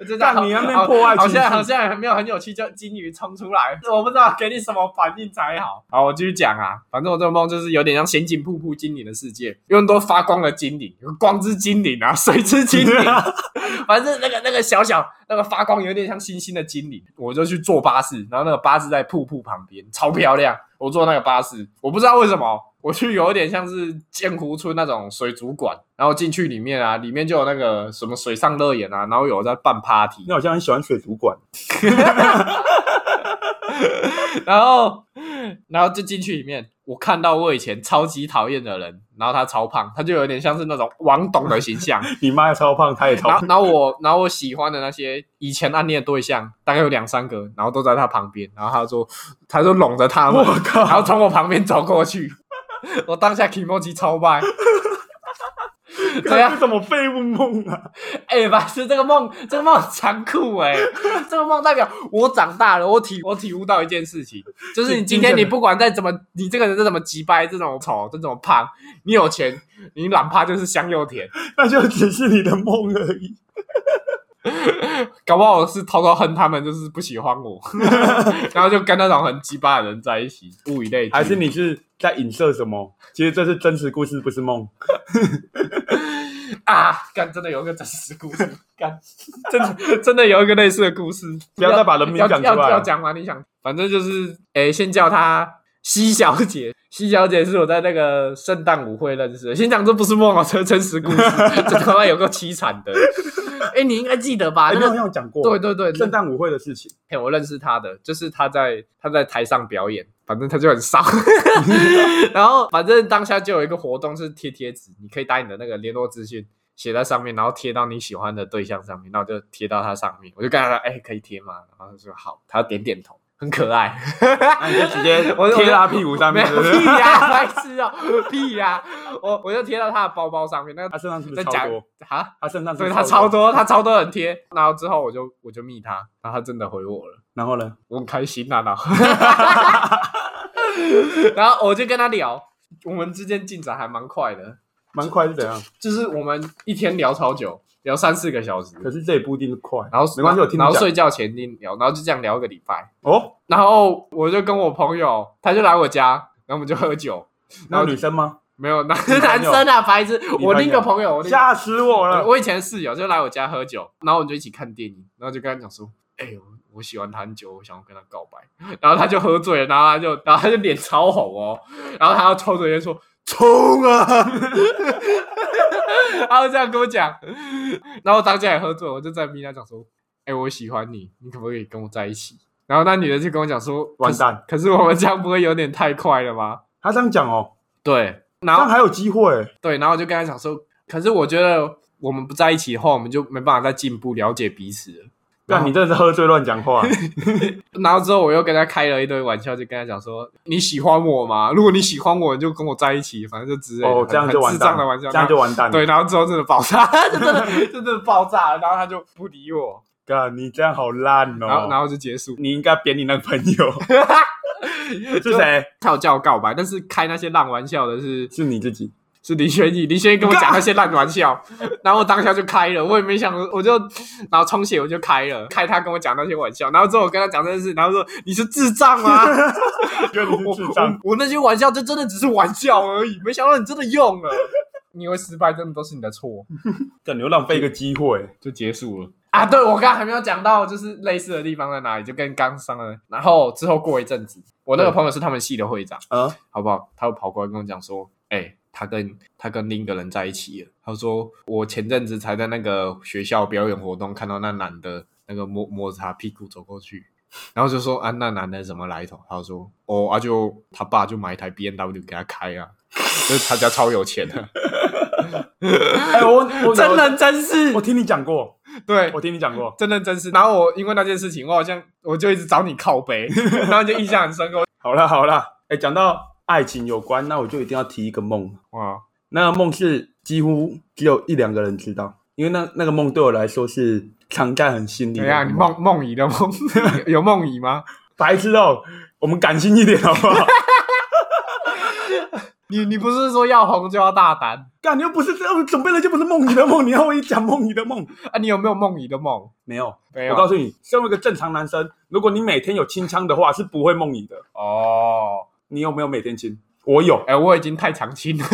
S2: 就这样
S1: 干你那边破坏
S2: 好好
S1: 情绪
S2: 像好像还没有很有趣，就金鱼冲出来， (laughs) 我不知道给你什么反应才好。好，我继续讲啊，反正我这个梦就是有点像仙境瀑布精灵的世界，有很多发光的精灵，有光之精灵啊，水之精灵，反正那个那个小小那个发光有点像星星的精灵，我就去坐巴士，然后那个巴士在瀑布旁边，超漂亮。我坐那个巴士，我不知道为什么，我去有点像是剑湖村那种水族馆，然后进去里面啊，里面就有那个什么水上乐园啊，然后有在办
S1: (laughs)
S2: party，
S1: 你好像很喜欢水族馆，
S2: 然后，然后就进去里面，我看到我以前超级讨厌的人，然后他超胖，他就有点像是那种王董的形象。
S1: 你妈也超胖，她也超
S2: 然
S1: 胖
S2: 后，然后我， (laughs) 然后我喜欢的那些以前暗恋的对象，大概有两三个，然后都在他旁边，然后他说，他就拢着他们
S1: 我，
S2: 然
S1: 靠，
S2: 后从我旁边走过去， (laughs) 我当下 k i m o j i 超卖。怎样
S1: 这？什么废物梦啊？
S2: 哎、白痴，这个梦，这个梦很残酷哎、这个梦代表我长大了，我体我体悟到一件事情，就是你今天你不管再怎么，你这个人再怎么鸡掰，这种丑，这种胖，你有钱，你懒趴就是香又甜，
S1: 那就只是你的梦而已。
S2: 搞不好我是偷偷恨他们，就是不喜
S1: (laughs)
S2: 欢我，然后就跟那种很鸡巴的人在一起，物以类聚。
S1: 还是你是在影射什么？其实这是真实故事，不是梦。
S2: 啊？干，真的有一个真实故
S1: (laughs)
S2: 事，干，真的真的有一个类似的故事，
S1: 不要再把人名
S2: 要
S1: 讲出
S2: 要
S1: 来
S2: 要
S1: 啊。
S2: 讲吗？你想，反正就是，诶，先叫她西小姐。西小姐是我在那个圣诞舞会认识的。先讲这不是梦啊，这是真
S1: (laughs)
S2: 实故事，这他妈有个凄惨的。诶，你应该记得吧？
S1: 哎，
S2: 啊那
S1: 你好
S2: 个
S1: 像有讲过
S2: 对对对，那
S1: 圣诞舞会的事
S2: (laughs)
S1: 情，
S2: 嘿，我认识他的，就是他在他在台上表演，反正他就
S1: (laughs)
S2: 很骚，然后反正当下就有一个活动是贴贴纸，你可以打你的那个联络资讯写在上面，然后贴到你喜欢的对象上面，那我就贴到他上面，我就跟他说，哎、可以贴吗？然后他说好，他点点头，很可爱，
S1: 那你就直接
S2: 我就
S1: 贴他屁股上
S2: 没
S1: 面，
S2: 有
S1: 对不
S2: 屁
S1: 对？
S2: 呀、白痴哦、屁呀、我我就贴到他的包包上面，那
S1: 他
S2: 个
S1: 身上是不
S2: 在
S1: 是超
S2: 讲
S1: 多？
S2: 啊。
S1: 他身上是不
S2: 对
S1: 是
S2: 他超
S1: 多。
S2: 多，他超多人贴，然后之后我就我就密他，然后他真的回我了。
S1: 然后呢？
S2: 我很开心呐、
S1: (laughs)
S2: 然后然后我就跟他聊，我们之间进展还蛮快的，
S1: 蛮快是怎样？
S2: 就是我们一天聊超久，聊三四个小时，
S1: 可是这也不一定是快。
S2: 然后
S1: 没关系，我听你
S2: 然后
S1: 讲。
S2: 睡觉前一定聊，然后就这样聊一个礼拜，
S1: 哦，
S2: 然后我就跟我朋友，他就来我家，然后我们就喝酒，
S1: 那女生吗？
S2: 没有男
S1: 你朋友
S2: 男生啊，白痴，
S1: 友
S2: 我另一个朋友，我另一个
S1: 吓死我
S2: 我
S1: 了！
S2: 我以前的室友就来我家喝酒，然后我们就一起看电影，然后就跟他讲说，哎、我我喜欢他很久，我想要跟他告白。然后他就喝醉了，然后他就，然后他就脸超红哦，然后他要抽着烟说冲啊， (laughs) 他就这样跟我讲。然后当下也喝醉，我就在逼他讲说，哎、我喜欢你，你可不可以跟我在一起？然后那女的就跟我讲说，
S1: 完蛋
S2: 可是，可是我们这样不会有点太快了吗？
S1: 他这样讲哦，
S2: 对，
S1: 这
S2: 然后
S1: 样还有机会欸、
S2: 对，然后我就跟他讲说，可是我觉得我们不在一起的话，我们就没办法再进步了解彼此了。然
S1: 但
S2: 后
S1: 你真的是喝醉乱讲
S2: (laughs)
S1: 话，
S2: 然后之后我又跟他开了一堆玩笑，就跟他讲说你喜欢我吗？如果你喜欢我，你就跟我在一起，反正就之类的
S1: 哦，这样
S2: 很
S1: 就
S2: 很
S1: 完
S2: 智
S1: 蛋
S2: 障
S1: 了
S2: 的玩笑，
S1: 这样就完蛋了。
S2: 然后对。然后之后真的爆炸， (laughs) 就真的
S1: (laughs)
S2: 就真的爆炸了，然后他就不理
S1: 哦
S2: 我，
S1: 干，你这样好烂哦。
S2: 然后然后就结束。
S1: 你应该扁你那个朋
S2: (laughs)
S1: 友是谁？
S2: 他有叫我告白，但是开那些烂玩笑的是
S1: 是你自己。
S2: 是林轩逸，林轩逸跟我讲那些烂玩笑， (laughs) 然后我当下就开了，我也没想，我就然后充血我就开了，开他跟我讲那些玩笑，然后之后我跟他讲这件事，然后说你是智障 (laughs) 吗？
S1: 觉得你
S2: (laughs) 我
S1: 是智障
S2: 我。我那些玩笑就真的只是玩笑而已，没想到你真的用了， (laughs) 你会失败真的都是你的错，
S1: 干，你又浪费一个机会。
S2: 就结束了。啊，对，我刚刚还没有讲到，就是类似的地方在哪里，就跟刚上的。然后之后过一阵子，我那个
S1: 对
S2: 朋友是他们系的会长，
S1: 啊，
S2: 好不好？他又跑过来跟我讲说，哎、他跟他跟另一个人在一起了。他说我前阵子才在那个学校表演活动看到那男的，那个摸摸着他屁股走过去，然后就说啊，那男的什么来头？他说哦，啊就他爸就买一台 B N W 给他开啊， (laughs) 就是他家超有钱的、
S1: 哎，我我
S2: 真，人真
S1: (laughs) 我
S2: 事，
S1: 听你讲
S2: (laughs)
S1: 过，
S2: 对
S1: 我。听你讲过。
S2: 真人真事，然后我因为那件事情，我好像我就一直找你靠背， (laughs) 然后就印象很深刻。
S1: 好啦好啦，哎，讲到爱情有关，那我就一定要提一个梦。
S2: 哇，
S1: 那个梦是几乎只有一两个人知道，因为那那个梦对我来说是藏在很心里
S2: 怎
S1: 的。
S2: 哎样？你梦梦遗的梦 (laughs) 有梦遗吗？
S1: 白痴哦，我们感性一点好不好？ (laughs)
S2: 你你不是说要红就要大胆
S1: 干，你又不是这哦样准备了，就不是梦里的梦，你要我一讲梦里的梦？
S2: 啊？你有没有梦遗的梦？
S1: 没有，
S2: 没
S1: 我告诉你，身为一个正常男生，如果你每天有清腔的话，是不会梦遗的。
S2: 哦，
S1: 你有没有每天清？我有，
S2: 哎、我已经太常青了，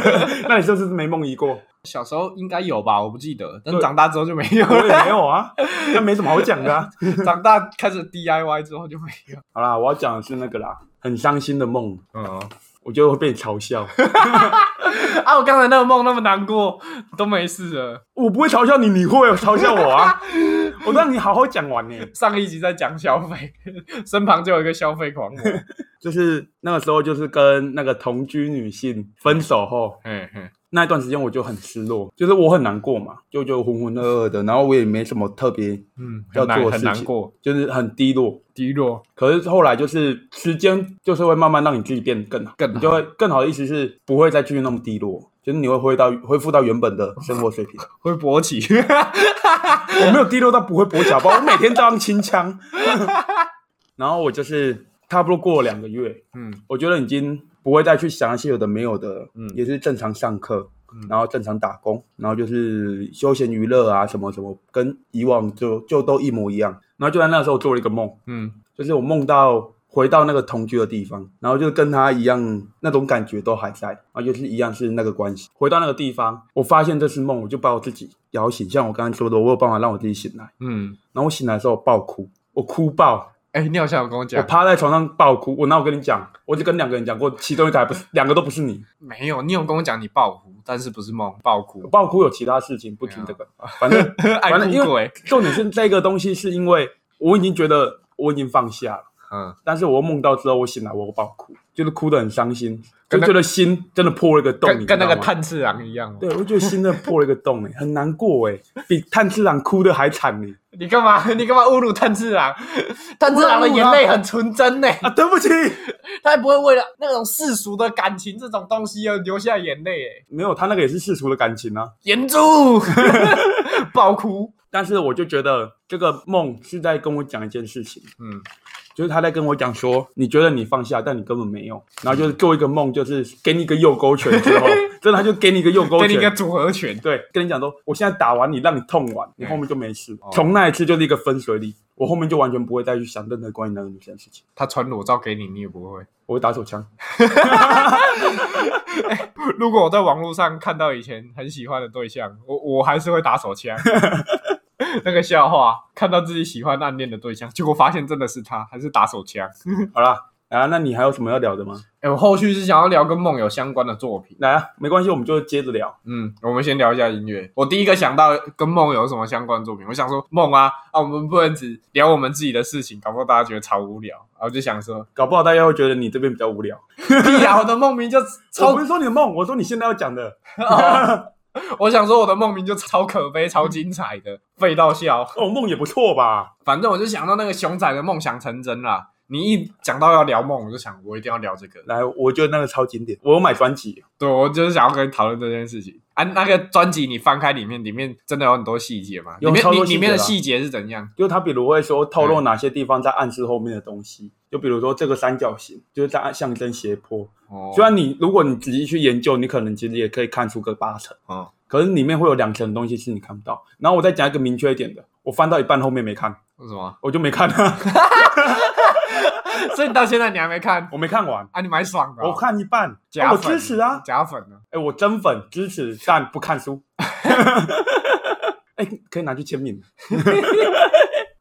S2: (laughs)
S1: 那你是不是没梦遗过？
S2: 小时候应该有吧，我不记得，但
S1: 对
S2: 长大之后就没有
S1: 我也没
S2: 了。 (laughs)
S1: 有啊，那没什么好讲的啊。
S2: 长大开始 DIY 之后就没有。
S1: 好啦，我要讲的是那个啦，很伤心的梦，
S2: 嗯，
S1: 我觉得会被嘲笑。 (laughs)
S2: 啊，我刚才那个梦那么难过，都没事了。
S1: 我不会嘲笑你，你会嘲笑我
S2: (laughs)
S1: 啊！我让你好好讲完呢。
S2: 上一集在讲消费，身旁就有一个消费狂魔。
S1: 就是那个时候，就是跟那个同居女性分手后
S2: 嘿嘿，
S1: 那一段时间，我就很失落，就是我很难过嘛，就就浑浑噩噩的，然后我也没什么特别，
S2: 嗯，
S1: 要
S2: 很难
S1: 做
S2: 很
S1: 事
S2: 难
S1: 情
S2: 过，
S1: 就是很低落。
S2: 低落。
S1: 可是后来就是时间，就是会慢慢让你自己变得更好，
S2: 更好
S1: 你就会更好的意思是不会再继续那么低落，就是你会回到恢复到原本的生活水平。
S2: 会勃起， (laughs)
S1: 我没有低落到不会跛脚包，我每天都当清腔。 (laughs) 然后我就是差不多过了两个月，
S2: 嗯，
S1: 我觉得已经不会再去想那些有的没有的，
S2: 嗯
S1: 也是正常上课，
S2: 嗯
S1: 然后正常打工，然后就是休闲娱乐啊什么什么，跟以往就就都一模一样。然后就在那时候做了一个梦，
S2: 嗯，
S1: 就是我梦到回到那个同居的地方，然后就跟他一样那种感觉都还在，然后就是一样是那个关系。回到那个地方，我发现这是梦，我就把我自己摇醒，像我刚才说的，我有办法让我自己醒来。
S2: 嗯，
S1: 然后我醒来的时候爆哭，我哭爆，
S2: 哎、你好像有跟我
S1: 我
S2: 讲，
S1: 趴在床上爆哭。我哪有跟你讲？我就跟两个人讲过，其中一个还不是，两个都不是你。
S2: 没有，你有跟我讲你爆哭，但是不是梦，爆
S1: 我
S2: 哭，
S1: 爆哭有其他事情，不听这个。反正
S2: (laughs) 爱
S1: 反正因
S2: 哭
S1: 为
S2: 鬼，
S1: 重点是这个东西，是因为我已经觉得我已经放下了。
S2: 嗯，
S1: 但是我梦到之后，我醒来我爆哭，就是哭得很伤心，就
S2: 跟那
S1: 觉得心真的破了一个洞，你知
S2: 跟
S1: 道
S2: 跟那个
S1: 吗
S2: 炭治郎一样。 (laughs)
S1: 对，我觉得心真的破了一个洞、欸，很难过哎、比炭治郎哭的还惨欸呢、
S2: 你干嘛？ (laughs) 你干嘛侮辱炭治郎？炭治郎的眼泪很纯真呢、
S1: 啊，对不起，
S2: (laughs)
S1: (laughs)
S2: 他也不会为了 (laughs) 那种世俗的感情这种东西而流下眼泪、欸。
S1: 没有他那个也是世俗的感情啊。
S2: 眼珠 (laughs) 爆哭，
S1: 但是我就觉得这个梦是在跟我讲一件事情，
S2: 嗯，
S1: 就是他在跟我讲说，你觉得你放下，但你根本没有。然后就是做一个梦，就是给你一个右勾拳之
S2: (laughs)
S1: 后，真的他就给你一个右勾拳，
S2: 给你一个组合拳。
S1: 对，跟你讲说，我现在打完你，让你痛完，你
S2: 嗯
S1: 后面就没事
S2: 哦。
S1: 从那一次就是一个分水岭，我后面就完全不会再去想任何关于那个女生的事情。
S2: 他传裸照给你，你也不会。
S1: 我会打手枪，
S2: (laughs) 如 (laughs) 果我在网络上看到以前很喜欢的对象，我我还是会打手枪。那个笑话，看到自己喜欢暗恋的对象，结果发现真的是他，还是打手枪。
S1: 好啦，啊，那你还有什么要聊的吗？
S2: 哎、我后续是想要聊跟梦有相关的作品。
S1: 来啊，没关系，我们就接着聊。
S2: 嗯，我们先聊一下音乐。我第一个想到跟梦有什么相关的作品，我想说梦啊啊，我们不能只聊我们自己的事情，搞不好大家觉得超无聊。然后就想说， (laughs)
S1: 搞不好大家会觉得你这边比较无聊。
S2: 屁啊，我的梦名就
S1: 我
S2: 超
S1: 不，是说你的梦，我说你现在要讲的。
S2: 哦我想说我的梦名就超可悲、超精彩的，废到笑。
S1: 哦，梦也不错吧？
S2: 反正我就想到那个熊仔的梦想成真啦。你一讲到要聊梦，我就想我一定要聊这个。
S1: 来，我觉得那个超经典，我有买专辑。
S2: 对，我就是想要跟你讨论这件事情。啊，那个专辑你翻开里面，里面真的有很多细节嘛？里
S1: 有
S2: 面
S1: 超
S2: 里
S1: 多
S2: 里面的
S1: 细
S2: 细节是怎样？
S1: 就他比如会说透露哪些地方在暗示后面的东西，就比如说这个三角形就是在象征斜坡。
S2: 哦
S1: 虽然你如果你仔细去研究，你可能其实也可以看出个八成，
S2: 哦
S1: 可是里面会有两成的东西是你看不到。然后我再讲一个明确一点的，我翻到一半后面没看，
S2: 为什么？
S1: 我就没看了，
S2: (laughs)
S1: (laughs)
S2: 所以你到现在你还没看
S1: 我没看
S2: (laughs)
S1: 完，
S2: 啊？你蛮爽的哦、
S1: 我看一半，啊
S2: 假
S1: 我
S2: 粉
S1: 支持啊，
S2: 假粉呢、
S1: 哎，我真粉支持，但不看书。 (laughs) 哎，可以拿去签名。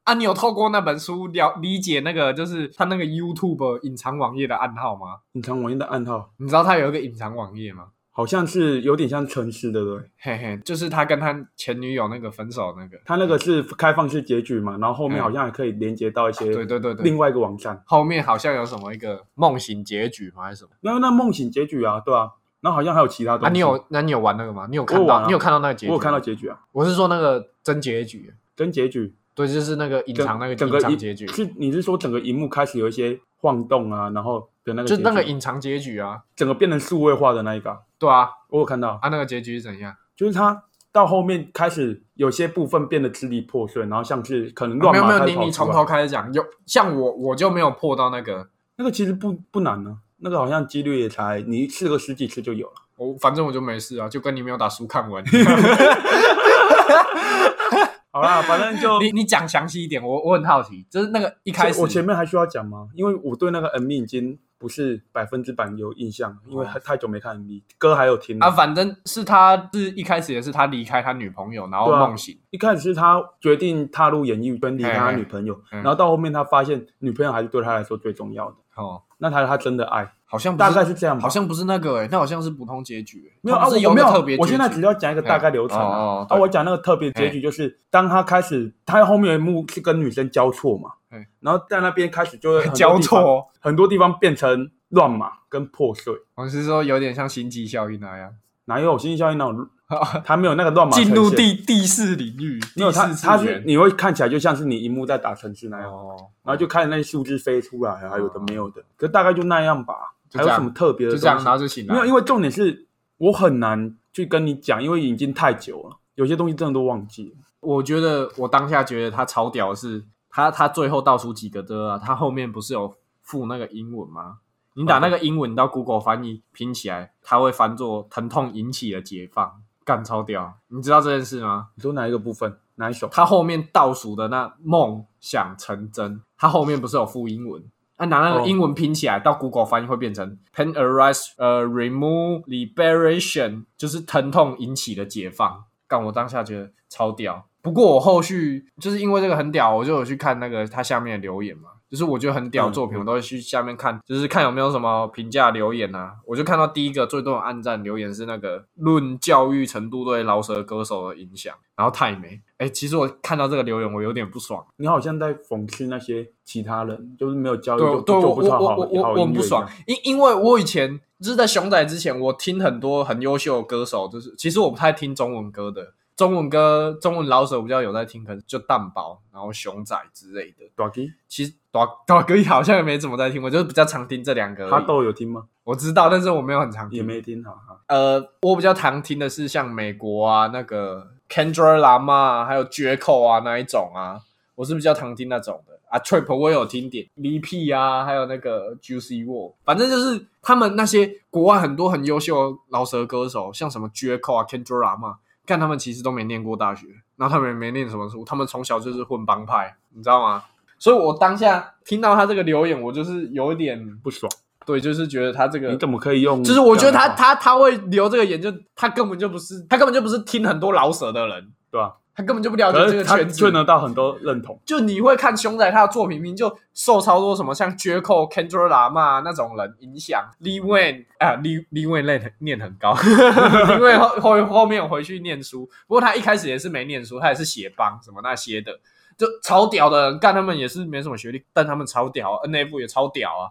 S2: 啊？你有透过那本书了理解那个就是他那个 YouTube 隐藏网页的暗号吗？
S1: 隐藏网页的暗号
S2: 你知道他有一个隐藏网页吗？
S1: 好像是有点像城市，对不对？
S2: 嘿嘿，就是他跟他前女友那个分手那个。
S1: 它那个是开放式结局嘛，然后后面
S2: 嗯
S1: 好像还可以连接到一些
S2: 啊对对对对
S1: 另，外一个网站。
S2: 后面好像有什么一个梦醒结局吗？还是什么？
S1: 那那梦醒结局啊，对啊，然后好像还有其他东西。
S2: 啊，你有那你有玩那个吗？你有看
S1: 我有
S2: 到、
S1: 玩啊
S2: 你有看到那个结
S1: 我
S2: 局？
S1: 有看到，结局啊，
S2: 我是说那个真结局，
S1: 跟结局
S2: 对，就是那个隐
S1: 整
S2: 藏那个
S1: 整个
S2: 隐藏
S1: 荧
S2: 结局，
S1: 是你是说整个荧幕开始有一些晃动啊，然后的那个
S2: 就
S1: 结
S2: 那个
S1: 局
S2: 隐藏结局啊，
S1: 整个变成数位化的那一个啊，
S2: 对啊，
S1: 我有看到，
S2: 啊那个结局是怎样？
S1: 就是它到后面开始有些部分变得支离破碎，然后像是可能
S2: 啊
S1: 乱
S2: 没有
S1: 码
S2: 没有，
S1: 开始
S2: 你
S1: 跑
S2: 你
S1: 出
S2: 从
S1: 来
S2: 头开始讲，有像我我就没有破到那个，
S1: 那个其实不不难呢、那个好像几率也才你试个十几次就有了。
S2: 我反正我就没事啊，就跟你没有打书看完。
S1: 好啦，反正
S2: (laughs)
S1: 就
S2: (laughs) 你你讲详细一点，我我很好奇，就是那个一开始
S1: 我前面还需要讲吗？因为我对那个 MV 已经不是百分之百有印象，因为
S2: 哦
S1: 太太久没看 MV，歌还有听
S2: 啊，反正是他是一开始也是他离开他女朋友，然后
S1: 对啊
S2: 梦醒，
S1: 一开始是他决定踏入演艺圈，离开他女朋友，
S2: 嗯
S1: 然后到后面他发现女朋友还是对他来说最重要的，
S2: 哦，
S1: 那才是他真的爱，
S2: 好像不
S1: 大
S2: 是
S1: 概是这样吧。
S2: 好像不是那个欸诶，那好像是普通结局，欸
S1: 没有
S2: 他
S1: 啊，
S2: 不
S1: 我
S2: 是有
S1: 我没
S2: 个
S1: 有
S2: 特别结局，
S1: 我现在只要讲一个大概流程
S2: 嗯哦
S1: 啊
S2: 哦。
S1: 啊，
S2: 对
S1: 我讲那个特别结局就是，当他开始，他后面有一幕是跟女生交错嘛
S2: 嗯，
S1: 然后在那边开
S2: (laughs)
S1: 始就会很多
S2: 交
S1: 地方，
S2: 错，哦
S1: 很多地方变成乱码跟破碎。
S2: 我是说有点像星际效应那样，
S1: 哪有星际效应
S2: (laughs)
S1: 那种？他没有那个乱码
S2: 进入
S1: 呈现，
S2: 第第四领域，
S1: 没有
S2: 第
S1: 他
S2: 四
S1: 他
S2: 次
S1: 是
S2: 元。
S1: 你会看起来就像是你荧幕在打城市那样，
S2: 哦，
S1: 然后就看那些数字飞出来啊，还有的没有的，可大概就那样吧。
S2: 就
S1: 还有
S2: 这样
S1: 什么特别的
S2: 就
S1: 东西？
S2: 这样，然后就醒来。
S1: 没有，因为重点是我很难去跟你讲，因为已经太久了，有些东西真的都忘记了。
S2: 我觉得我当下觉得他超屌的是，他他最后倒数几个的啊，他后面不是有附那个英文吗？你打那个英文你到 Google 翻译拼起来，它会翻作“疼痛引起的解放”，干超屌！你知道这件事吗？
S1: 你说哪一个部分？哪一首？
S2: 他后面倒数的那梦想成真，他后面不是有附英文？啊，拿那
S1: 哦
S2: 个英文拼起来，到 Google 翻译会变成 “pain arise 呃 remove liberation”，就是疼痛引起的解放。干，我当下觉得超屌。不过我后续就是因为这个很屌，我就有去看那个他下面的留言嘛，就是我觉得很屌的作品，
S1: 嗯嗯
S2: 我都会去下面看，就是看有没有什么评价留言啊。我就看到第一个最多人按赞留言是那个论教育程度对饶舌歌手的影响，然后太美。哎、其实我看到这个留言，我有点不爽。
S1: 你好像在讽刺那些其他人，就是没有教育
S2: 对
S1: 就
S2: 对，
S1: 就
S2: 我
S1: 不
S2: 我
S1: 知道好
S2: 我
S1: 好
S2: 我我我
S1: 音乐
S2: 很
S1: 一
S2: 不
S1: 样
S2: 爽，因因为我以前就是在熊仔之前，我听很多很优秀的歌手，就是其实我不太听中文歌的，中文歌中文老手比较有在听，可能就蛋堡，然后熊仔之类的。
S1: 短笛
S2: 其实大大哥好像也没怎么在听，我就是比较常听这两个而已。
S1: 他豆有听吗？
S2: 我知道，但是我没有很常听。
S1: 也没听，哈哈。
S2: 呃，我比较常听的是像美国啊，那个 Kendra Lama 啊，还有 j a c o 啊那一种啊，我是比较常听那种的啊。Trip 我也有听点 l e p 啊，还有那个 Juicy Wall，反正就是他们那些国外很多很优秀的饶舌歌手，像什么 j a c o 啊、Kendra Lama，看他们其实都没念过大学，然后他们也没念什么书，他们从小就是混帮派，你知道吗？所以我当下听到他这个留言，我就是有一点
S1: 不爽，
S2: 对，就是觉得他这个
S1: 你怎么可以用？
S2: 就是我觉得他他他会留这个言，就他根本就不是他根本就不是听很多老舍的人，
S1: 对吧？
S2: 他根本就不了
S1: 可
S2: 解这
S1: 是
S2: 个
S1: 他
S2: 圈
S1: 却
S2: 子。
S1: 能到很多认同。
S2: 就你会看熊仔他的作品，明明就受超多什么像 j a c o Kendra Lama 那种人影响。Lee Wen 啊，Lee Lee Wen 念念很高， (laughs) 因为后后后面有回去念书，不过他一开始也是没念书，他也是写帮什么那些的，就超屌的人干，他们也是没什么学历，但他们超屌、啊、，NF 也超屌啊！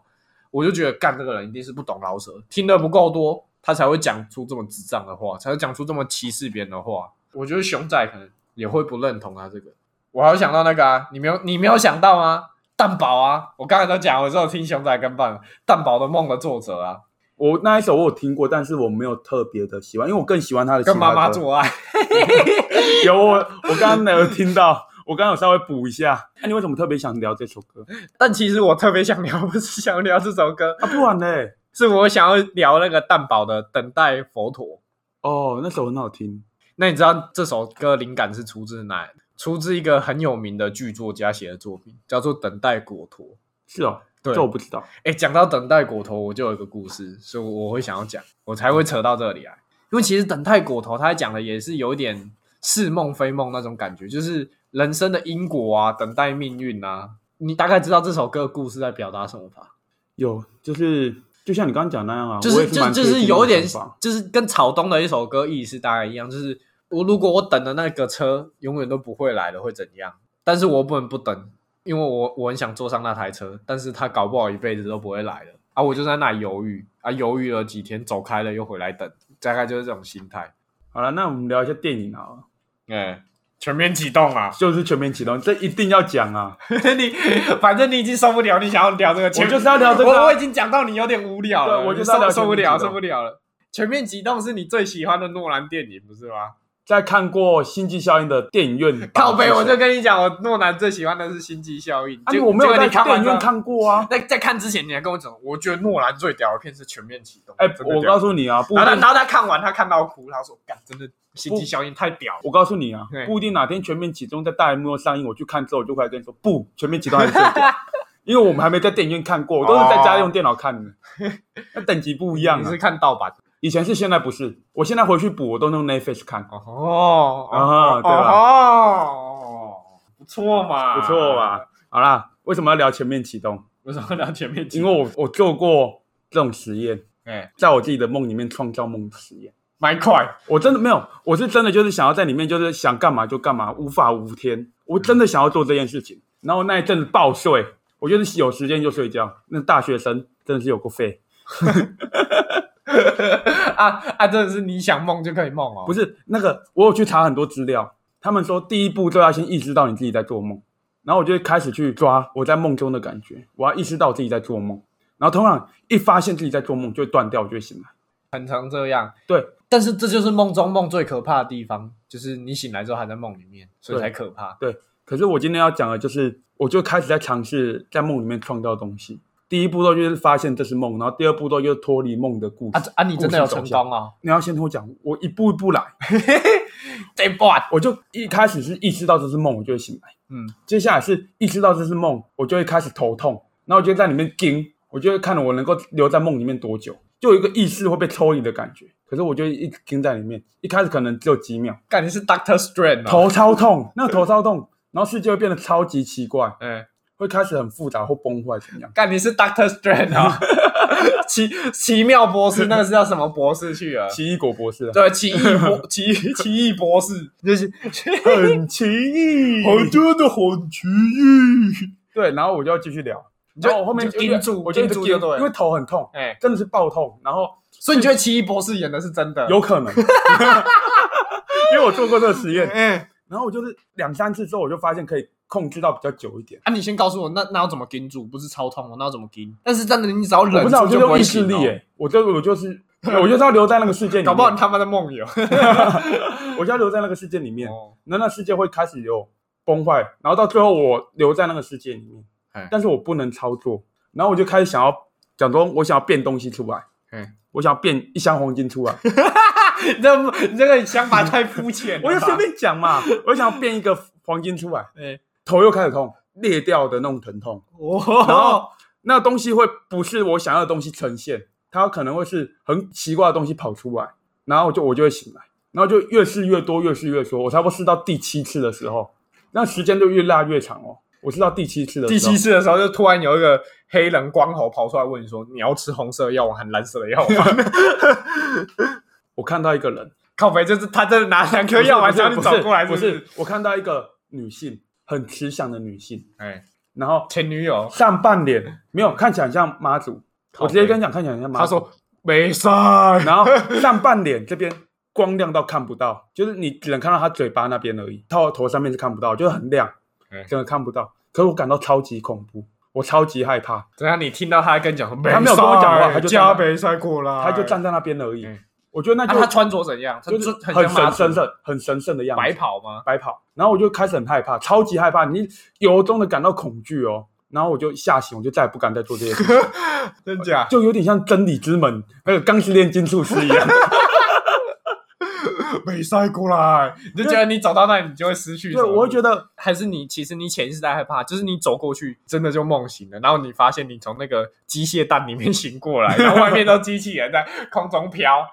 S2: 我就觉得干这个人一定是不懂饶舌，听的不够多，他才会讲出这么智障的话，才会讲出这么歧视别人的话。我觉得熊仔可能也会不认同他这个。我还有想到那个啊，你没有你没有想到吗？蛋堡啊，我刚才都讲，我只有听熊仔跟棒蛋堡的梦的作者啊，
S1: 我那一首我有听过，但是我没有特别的喜欢，因为我更喜欢他的
S2: 跟
S1: 嘻哈
S2: 妈妈
S1: 歌。
S2: 做爱。
S1: 有我，我刚刚没有听到，我刚刚有稍微补一下。那、你为什么特别想聊这首歌？
S2: 但其实我特别想聊，不是想聊这首歌，
S1: 啊，不然呢？
S2: 是我想要聊那个蛋堡的《等待佛陀》。
S1: 哦，那首很好听。
S2: 那你知道这首歌灵感是出自哪？出自一个很有名的剧作家写的作品，叫做《等待果陀》。
S1: 是哦，
S2: 对
S1: 这我不知道。
S2: 哎，讲到等待果头，我就有一个故事，所以我会想要讲，我才会扯到这里来。因为其实等待果头，他讲的也是有一点似梦非梦那种感觉，就是人生的因果啊，等待命运啊。你大概知道这首歌的故事在表达什么吧？
S1: 有，就是就像你刚刚讲那样啊，
S2: 就
S1: 我也
S2: 是
S1: 是
S2: 就
S1: 蛮
S2: 就
S1: 贴
S2: 是
S1: 近
S2: 有
S1: 这种
S2: 点
S1: 想法，
S2: 就是跟草东的一首歌意思大概一样，就是我如果我等的那个车永远都不会来了，会怎样？但是我不能不等，因为我我很想坐上那台车，但是他搞不好一辈子都不会来了啊！我就在那里犹豫啊，犹豫了几天，走开了又回来等，大概就是这种心态。
S1: 好了，那我们聊一下电影好了，
S2: 哎、全面启动啊！
S1: 就是《全面启动》，这一定要讲啊！
S2: (laughs) 你反正你已经受不了，你想要聊这个
S1: 我
S2: 前，
S1: 就是要聊这个
S2: 我我
S1: 啊、
S2: 已经讲到你有点无聊了，
S1: 对我就
S2: 你
S1: 是要
S2: 受
S1: 聊
S2: 受不
S1: 全面启动
S2: 了，受不了了。全面启动是你最喜欢的诺兰电影，不是吗？
S1: 在看过《星际效应》的电影院版
S2: (laughs)
S1: (laughs)
S2: 靠背，
S1: 的时候
S2: 我就跟你讲，我诺兰最喜欢的是《星际效应》
S1: 啊，
S2: 结
S1: 我没有
S2: 结果
S1: 在
S2: 你看
S1: 电
S2: 完
S1: 影
S2: 之后
S1: 院。看过啊。
S2: 在在看之前，你还跟我讲，我觉得诺兰最屌的片是《全面启动》。
S1: 哎、
S2: 真的
S1: 我
S2: 屌
S1: 告诉你啊，不一
S2: 然后他
S1: 定
S2: 然，后他看完，他看到哭，他说：“干，真的《星际效应》太屌了。
S1: 我告诉你啊
S2: 对，
S1: 不一定哪天全面启动在大荧幕上映，我去看之后，我就回来跟你说，不，全面启动还是最
S2: (laughs)
S1: 屌，因为我们还没在电影院看过，我都是在家用电脑看的，那等级不一”样
S2: 哦 (laughs) 你
S1: 啊
S2: 是。看盗版
S1: 以前是，现在不是，我现在回去补，我都用 Netflix 看，
S2: 哦哦
S1: 啊对吧
S2: 哦，不错啊嘛，
S1: 不错吧？？啊好啦，为什么要聊全面启动？
S2: 为什么聊全面启
S1: 因
S2: 动？
S1: 为我我做过这种实验，
S2: 哎，
S1: 在我自己的梦里面创造梦的实验。
S2: 蛮快， (laughs)
S1: 我真的没有，我是真的就是想要在里面，就是想干嘛就干嘛，无法无天。我真的想要做这件事情，然后那一阵子暴睡，我就是有时间就睡觉。那大学生真的是有够废，
S2: 啊啊！真的是你想梦就可以梦哦，
S1: 不是那个，我有去查很多资料，他们说第一步就要先意识到你自己在做梦，然后我就会开始去抓我在梦中的感觉，我要意识到自己在做梦，然后通常一发现自己在做梦就会断掉，我就会醒来。
S2: 很常这样。
S1: 对，
S2: 但是这就是梦中梦最可怕的地方，就是你醒来之后还在梦里面，所以才可怕。
S1: 可是我今天要讲的就是，我就开始在尝试在梦里面创造东西。第一步骤就是发现这是梦，然后第二步骤就是脱离梦的故事。
S2: 啊这啊！你真的有成功哦？
S1: 你要先听我讲，我一步一步来。
S2: 对吧？
S1: 我就一开始是意识到这是梦，我就会醒来。
S2: 嗯，
S1: 接下来是意识到这是梦，我就会开始头痛，然后我就在里面盯，我就会看我能够留在梦里面多久，就有一个意识会被抽离的感觉。可是我就一直盯在里面，一开始可能只有几秒，
S2: 感觉是 Doctor Strange 哦。
S1: 头超痛，那个头超痛，然后世界会变得超级奇怪，
S2: 嗯，
S1: 会开始很复杂或崩坏怎样。
S2: 干你是 Doctor Strange 哦。 (laughs) 奇奇妙博士，那个是叫什么博士去了？
S1: 奇异果博士啊，
S2: 对，奇异
S1: (laughs)
S2: 博奇奇异博士， (laughs) 就是
S1: 很奇异
S2: 真的很奇异。
S1: 对，然后我就要继续聊，
S2: 你就
S1: 然后我后面
S2: 你就盯住
S1: 我就一直
S2: 盯住
S1: 盯
S2: 就对了
S1: 因为头很痛，
S2: 哎，
S1: 真的是爆痛，然后
S2: 所以你觉得奇异博士演的是真的？
S1: 有可
S2: (laughs)
S1: 能，因为我做过这个实验，
S2: 哎，
S1: 然后我就是两三次之后，我就发现可以控制到比较久一点。
S2: 啊，你先告诉我，那那要怎么盯住？不是超痛哦，那要怎么盯？但是真的，你只要
S1: 我
S2: 忍
S1: 不知道，
S2: 住
S1: 我就
S2: 不
S1: 用
S2: 会
S1: 意志
S2: 醒
S1: 力
S2: 哦
S1: 耶、我就我就是我就是要留在那个世界里面，
S2: (laughs) 搞不好你他妈在梦游。
S1: 我就要留在那个世界里面，
S2: 哦
S1: 那那世界会开始有崩坏，然后到最后我留在那个世界里面
S2: 哎，
S1: 但是我不能操作，然后我就开始想要讲说，我想要变东西出来
S2: 哎，
S1: 我想要变一箱黄金出来，
S2: (laughs) 你这你这个想法太肤浅了吧。
S1: (laughs) 我就随便讲嘛，我想要变一个黄金出来，
S2: 哎，
S1: 头又开始痛，裂掉的那种疼痛，然
S2: 哦
S1: 后，那东西会不是我想要的东西呈现，它可能会是很奇怪的东西跑出来，然后我就我就会醒来，然后就越试越多，越试越多。我差不多试到第七次的时候，那时间就越拉越长哦。我试到第七次的
S2: (laughs) 第
S1: 时候
S2: 七次的时候，就突然有一个黑人光头跑出来问你说：“你要吃红色的药丸还是蓝色的药丸 (laughs)
S1: 我看到一个人，？”
S2: 靠北，就是他真的拿两颗
S1: 不是
S2: 药丸
S1: 不是
S2: 叫你
S1: 不
S2: 走
S1: 是
S2: 过来，
S1: 不
S2: 不
S1: 是？我看到一个女性，很慈祥的女性，
S2: 哎，
S1: 然后
S2: 前女友，
S1: 上半脸没有看起来像妈祖，
S2: 靠
S1: 我直接
S2: 北
S1: 跟你讲，看起来像妈祖。
S2: 他说没事，
S1: 然后上半脸这边光亮到看不到，就是你只能看到他嘴巴那边而已，到头上面是看不到，就是很亮
S2: 嗯，
S1: 真的看不到。可是我感到超级恐怖，我超级害怕。
S2: 等下你听到他跟你讲说，
S1: 他没有跟我讲话他就站
S2: 加没塞过来，
S1: 他就站在那边而已
S2: 哎嗯，
S1: 我觉得那
S2: 啊。
S1: 就
S2: 他穿着怎样？他
S1: 就是
S2: 很
S1: 很
S2: 像妈
S1: 神神
S2: 祖
S1: 圣、很神圣的样子，
S2: 白跑吗？
S1: 白跑。然后我就开始很害怕，超级害怕，你由衷的感到恐惧哦。然后我就吓醒，我就再也不敢再做这些事，
S2: 真假？
S1: 就有点像真理之门那个钢之炼金术师一样。
S2: 没塞过来，你就觉得你走到那里，你就会失 (laughs) 去什
S1: 对，
S2: 么。
S1: 我会觉得
S2: 还是你其实你潜意识在害怕，就是你走过去真的就梦醒了，然后你发现你从那个机械蛋里面醒过来，然后外面都机器人在空中飘，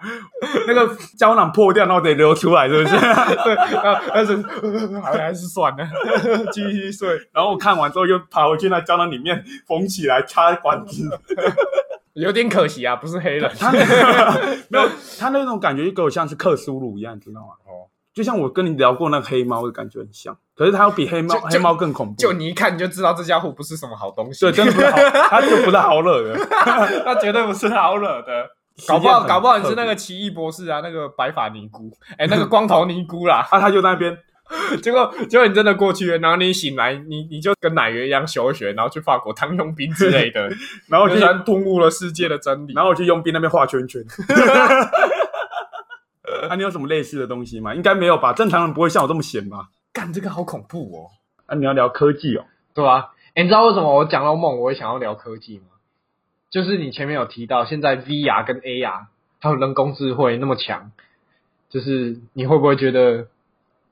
S1: 那个胶囊破掉，然后得流出来，是不是？
S2: 对，然后但是好像还是算了，继续睡。
S1: 然后我看完之后又爬回去那胶囊里面缝起来插管子，
S2: 有点可惜啊，不是黑人。
S1: 他 (laughs) 那没有他那种感觉就给我像是克苏鲁一样，你知道吗？
S2: 哦
S1: 就像我跟你聊过那个黑猫的感觉很像，可是它要比黑猫
S2: 就就
S1: 黑猫更恐怖，
S2: 就你一看你就知道这家伙不是什么好东西，
S1: 对，真的不 (laughs) 是好，它就不是好惹的。
S2: 那绝对不是好惹的。搞不好，搞不好你是
S1: 实
S2: 那
S1: 验很特别
S2: 个奇异博士啊，那个白发尼姑，哎、那个光头尼姑啦。
S1: 啊，他就在那边，
S2: 结果，结果你真的过去了，然后你醒来，你你就跟奶爷一样休学，然后去法国当佣兵之类的，
S1: (laughs) 然后
S2: 我
S1: 就
S2: 突然顿悟了世界的真理。
S1: 然后我去佣兵那边画圈圈。 (laughs) 啊，你有什么类似的东西吗？应该没有吧？正常人不会像我这么闲吧？
S2: 干这个好恐怖哦，
S1: 啊，你要聊科技哦，
S2: 对啊，哎、你知道为什么我讲到梦，我会想要聊科技吗？就是你前面有提到，现在 VR 跟 AR 还有人工智慧那么强，就是你会不会觉得，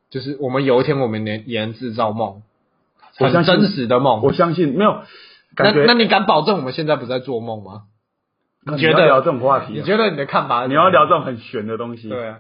S2: 就是我们有一天我们能也能制造梦，
S1: 我
S2: 很
S1: 相信
S2: 真实的梦？
S1: 我相信没有
S2: 那
S1: 感觉
S2: 那。你敢保证我们现在不在做梦吗？
S1: 那
S2: 觉得
S1: 要聊这种话题
S2: 你
S1: 啊、
S2: 觉得你的看法？
S1: 你要聊这？种很玄的东西，
S2: 对啊。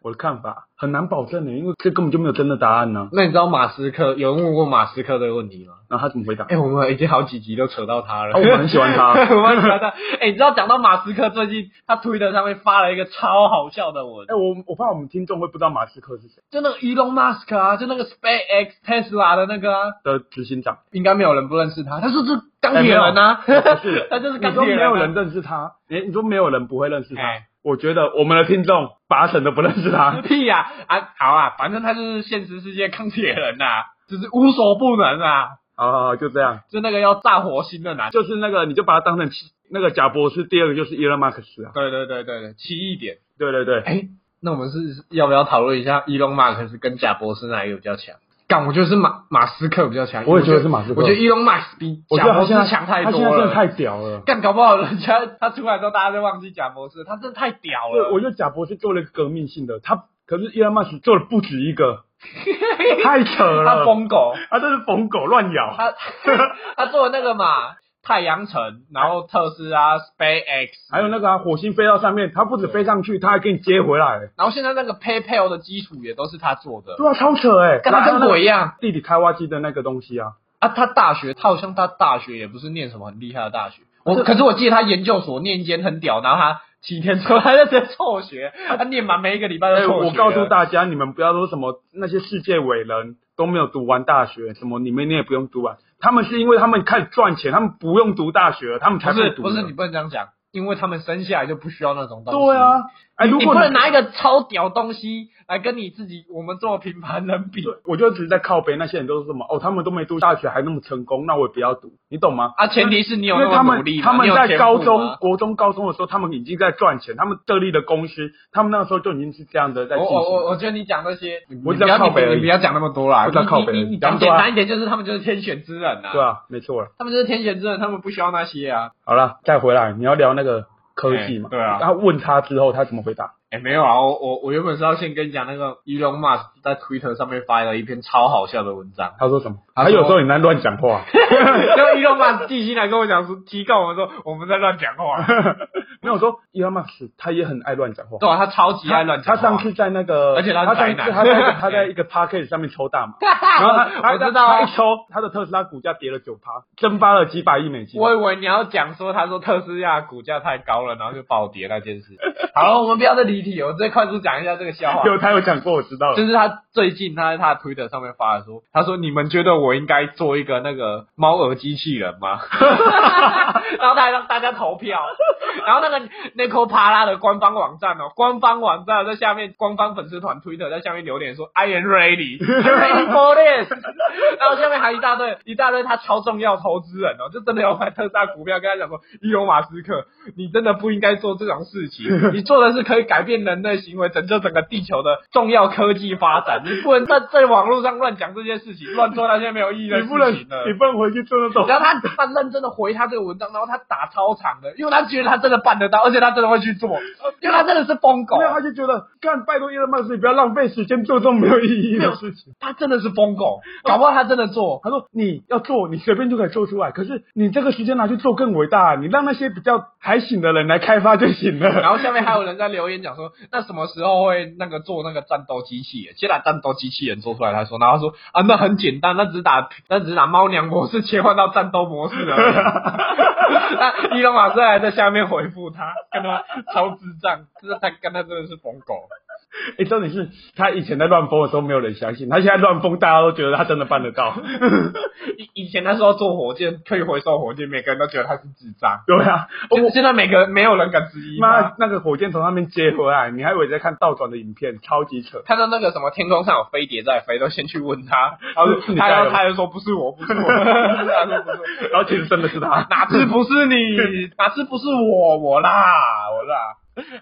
S1: 我的看法很难保证的，因为这根本就没有真的答案呢、
S2: 那你知道马斯克有人问过马斯克的问题吗？
S1: 然后他怎么回答？
S2: 哎、我们已经好几集都扯到他了。
S1: 哦我很喜欢他
S2: (laughs) 我很喜欢他。哎、你知道讲到马斯克，最近他推特上面发了一个超好笑的文，
S1: 哎、我我怕我们听众会不知道马斯克是谁
S2: 就那个 Elon Musk 啊，就那个 SpaceX Tesla 的那个啊，
S1: 的执行 (laughs) 长，
S2: 应该没有人不认识他。他是这钢铁人啊，
S1: 不是？
S2: 他就是
S1: 你
S2: 钢
S1: 说
S2: 铁
S1: 没
S2: 人、啊。
S1: 有人认识他，你你说没有人不会认识他？
S2: 哎 (laughs)
S1: 我觉得我们的听众八成都不认识 (laughs) 他。
S2: 屁呀、啊！好啊，反正他就是现实世界钢铁人呐、啊就是无所不能啊，
S1: 好好好，哦就这样，
S2: 就那个要炸火星的男。
S1: 就是那个你就把他当成那个贾博士，第二个就是 Elon Musk 啊，
S2: 对对对对对，奇异点。
S1: 对对对，
S2: 哎、那我们是要不要讨论一下伊隆马克斯跟贾博士哪一个比较强？干，我觉得是马马斯克比较强。
S1: 我也觉得是马斯克
S2: 我觉得伊隆马斯比
S1: 我觉
S2: 贾
S1: 得他
S2: 博士
S1: 现在
S2: 强太
S1: 他
S2: 多
S1: 现在真的
S2: 了。
S1: 太屌了。
S2: 干，搞不好人家他出来之后，大家就忘记贾博士，他真的太屌
S1: 对，
S2: 了。
S1: 我觉得贾博士做了一个革命性的，他可是伊隆马斯做了不止一个，
S2: (laughs)
S1: 太扯
S2: 他
S1: 了，
S2: 疯狗，
S1: (laughs) 他这是疯狗乱咬。
S2: 他他做的那个嘛，太阳城，然后特斯拉、SpaceX，
S1: 还有那个啊，火星飞到上面，它不止飞上去，它还给你接回来。
S2: 然后现在那个 PayPal 的基础也都是他做的，
S1: 对啊，超扯哎、欸！
S2: 干他跟鬼一样
S1: 地理开挖机的那个东西啊，
S2: 啊！他大学，他好像他大学也不是念什么很厉害的大学，我可是我记得他研究所念一间很屌，然后他七天之后他就直接辍学，他念满每一个礼拜
S1: 哎、
S2: 都辍学。
S1: 我告诉，大家，你们不要说什么那些世界伟人都没有读完大学，什么你们你也不用读完，他们是因为他们开始赚钱，他们不用读大学了，他们才
S2: 不是
S1: 读
S2: 不
S1: 呢。
S2: 是，你不能这样讲，因为他们生下来就不需要那种东西。
S1: 对啊，哎、如
S2: 你
S1: 果
S2: 不能拿一个超屌东西来跟你自己我们这么平凡人比。
S1: 我就只是在靠背那些人都是什么哦，他们都没读大学还那么成功，那我也不要读，你懂吗？
S2: 啊，前提是你有
S1: 因
S2: 那
S1: 为他
S2: 么努
S1: 们
S2: 力嘛，
S1: 他
S2: 你
S1: 们
S2: 有
S1: 在
S2: 天赋
S1: 高
S2: 嘛
S1: 中、国中、高中的时候，他们已经在赚钱，他们设立的公司，他们那时候就已经是这样的在
S2: 我
S1: 进
S2: 我我
S1: 行。
S2: 我觉得你讲那些，你
S1: 我
S2: 你
S1: 只
S2: 不
S1: 要
S2: 要
S1: 靠北而已
S2: 你你不要讲那么多啦，
S1: 我只要
S2: 你
S1: 靠北
S2: 你
S1: 而已
S2: 你你
S1: 讲
S2: 讲
S1: 多
S2: 简
S1: 啊
S2: 单一点，就是他们就是天选之人呐、
S1: 对啊，没错了。
S2: 他们就是天选之人，他们不需要那些啊。
S1: 好了，再回来，你要聊那个科技嘛？
S2: 哎对啊
S1: 他问他之后，他怎么回答？
S2: 哎、没有啊，我我我原本是要先跟你讲那个 Elon Musk 在 Twitter 上面发了一篇超好笑的
S1: (laughs)，
S2: 文章
S1: 他说什么？
S2: 他
S1: 他
S2: 说
S1: 有时候很难乱讲话，
S2: 然后 Elon Musk 寄信来跟我讲说，提告我们说我们在乱讲话，
S1: 没有我说伊 m 马斯他也很爱乱讲话。
S2: (laughs) 对啊，他超级爱乱
S1: 他
S2: 讲
S1: 上
S2: 话。
S1: 次在那个，
S2: 而且他
S1: 他
S2: 是
S1: 上次
S2: 宅男
S1: 他在他在一个 p a c k a g e 上面抽大麻，然后他他
S2: (laughs) 我知道啊
S1: 他一抽，他的特斯拉股价跌了九趴，蒸发了几百亿美金。
S2: 我以为你要讲说，他说特斯拉股价太高了，然后就暴跌那件事。好了，我们不要再离题，我再快速讲一下这个笑话。
S1: 有他有讲过，我知道了。
S2: 就是他最近他在他的 Twitter 上面发的说，他说你们觉得我应该做一个那个猫耳机器人吗？ (laughs) 然后他还让大家投票， (laughs) 然后那个 n i c o p a l a 的官方网站哦，官方网站在下面，官方粉丝团 Twitter 在下面留言说 I am ready, I'm ready for this，然后下面还一大堆一大堆他超重要投资人哦，就真的有买特斯拉股票，跟他讲说伊隆马斯克，你真的不应该做这种
S1: (laughs)
S2: 事情，你做的是可以改变人类行为、拯救整个地球的重要科技发展，你不能在在网络上乱讲这些事情，乱做那些没有意义的
S1: 你
S2: 事
S1: 不能
S2: 情了
S1: 你。不能回去做那种。
S2: (laughs) 然后他他认真的回他这个文章，然后他打超长的，因为他觉得他真的办得到，而且他真的会去
S1: (laughs)
S2: 做，因为他真的是疯狗
S1: 没，有，他就觉得，干，拜托伊隆马斯，你不要浪费时间做这种没有意义的事
S2: (laughs)
S1: 情。
S2: 他真的是疯狗，搞不好他真的
S1: (laughs)
S2: 做。
S1: 他说你要做，你随便就可以做出来，可是你这个时间拿去做更伟大，你让那些比较还行的人来开发就行了。
S2: 然后下面还有人在留言讲说，那什么时候会那个做那个战斗机器人？先把战斗机器人做出来，他说，然后他说啊，那很简单，那只是打那只是打猫娘模式切换到战斗模式
S1: (laughs)
S2: 而已。那伊隆马斯克还在下面回复他，跟他超智障，这他跟他真的是疯狗。
S1: (laughs) 哎，重点是他以前在乱疯的时候没有人相信，他现在乱疯，大家都觉得他真的办得到。 (laughs)
S2: 以以前那时候做火箭可以回收火箭，每个人都觉得他是智障。
S1: 对啊，我
S2: 现在每个没有人敢质疑
S1: 妈
S2: 他。
S1: 那个火箭从那边接回来，你还以为在看倒转的影片，超级扯。
S2: 看到那个什么天空上有飞碟在飞，都先去问他，然后
S1: 是你
S2: 他
S1: 带
S2: 然
S1: 的
S2: 后他就说不是我，
S1: (laughs)
S2: 不是我，他说不是我。
S1: 然后其实真的是
S2: (laughs)
S1: 他，
S2: 哪次不是你？哪次不是我？我啦，我啦。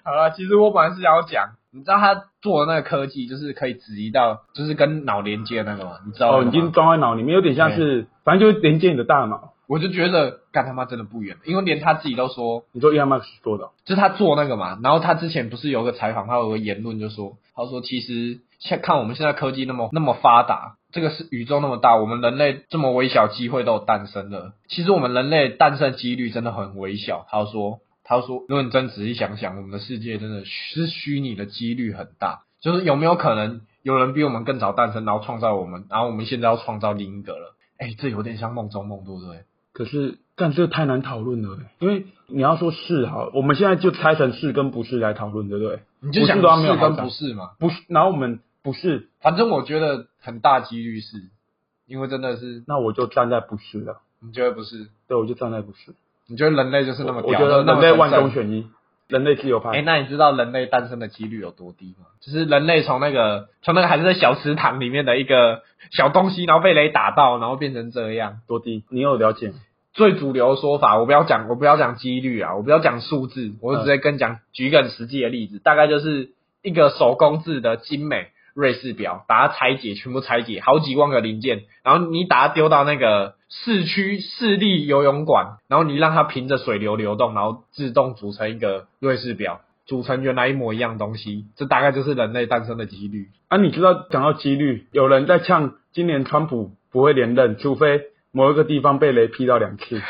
S2: 好啦，其实我本来是要讲，你知道他做的那个科技，就是可以质疑到，就是跟脑连接的那个嘛，你知道
S1: 哦，
S2: 那
S1: 已
S2: 个吗
S1: 经装在脑里面，有点像是，反正就是连接你的大脑。
S2: 我就觉得干他妈真的不远，因为连他自己都说，
S1: 你说 Elon Musk 做的哦，
S2: 就是他做那个嘛，然后他之前不是有个采访，他有个言论就说，他说其实像看我们现在科技那么那么发达，这个是宇宙那么大，我们人类这么微小机会都有诞生了，其实我们人类诞生几率真的很微小。他说，他说，如果你真仔细想想，我们的世界真的是虚拟的几率很大，就是有没有可能有人比我们更早诞生，然后创造我们，然后我们现在要创造另一个了？哎，这有点像梦中梦，对不对？
S1: 可是但这太难讨论了，欸因为你要说是好，我们现在就拆成是跟不是来讨论，对不对？
S2: 你就想
S1: 不是都还没有
S2: 是
S1: 好
S2: 跟
S1: 讲
S2: 不是嘛？
S1: 不是，然后我们不是，
S2: 反正我觉得很大几率是，因为真的是，
S1: 那我就站在不是了。
S2: 你觉得不是？
S1: 对，我就站在不是。
S2: 你觉得人类就是那么
S1: 我
S2: 屌，
S1: 觉得
S2: 那
S1: 人
S2: 么
S1: 类万中
S2: 神圣。
S1: 选一，人类自由
S2: 哎、
S1: 派。
S2: 那你知道人类诞生的几率有多低吗？就是人类从那个从那个还是在小池塘里面的一个小东西，然后被雷打到，然后变成这样。
S1: 多低？你有了解吗？
S2: 最主流的说法，我不要讲，我不要讲几率啊，我不要讲数字，我就直接跟你讲举一个很实际的例子，大概就是一个手工制的精美瑞士表，把它拆解，全部拆解，好几万个零件，然后你把它丢到那个市区市立游泳馆，然后你让它凭着水流流动，然后自动组成一个瑞士表，组成原来一模一样的东西，这大概就是人类诞生的几率。
S1: 啊，你知道讲到几率，有人在呛今年川普不会连任，除非某一个地方被雷劈到两
S2: (laughs)
S1: 次，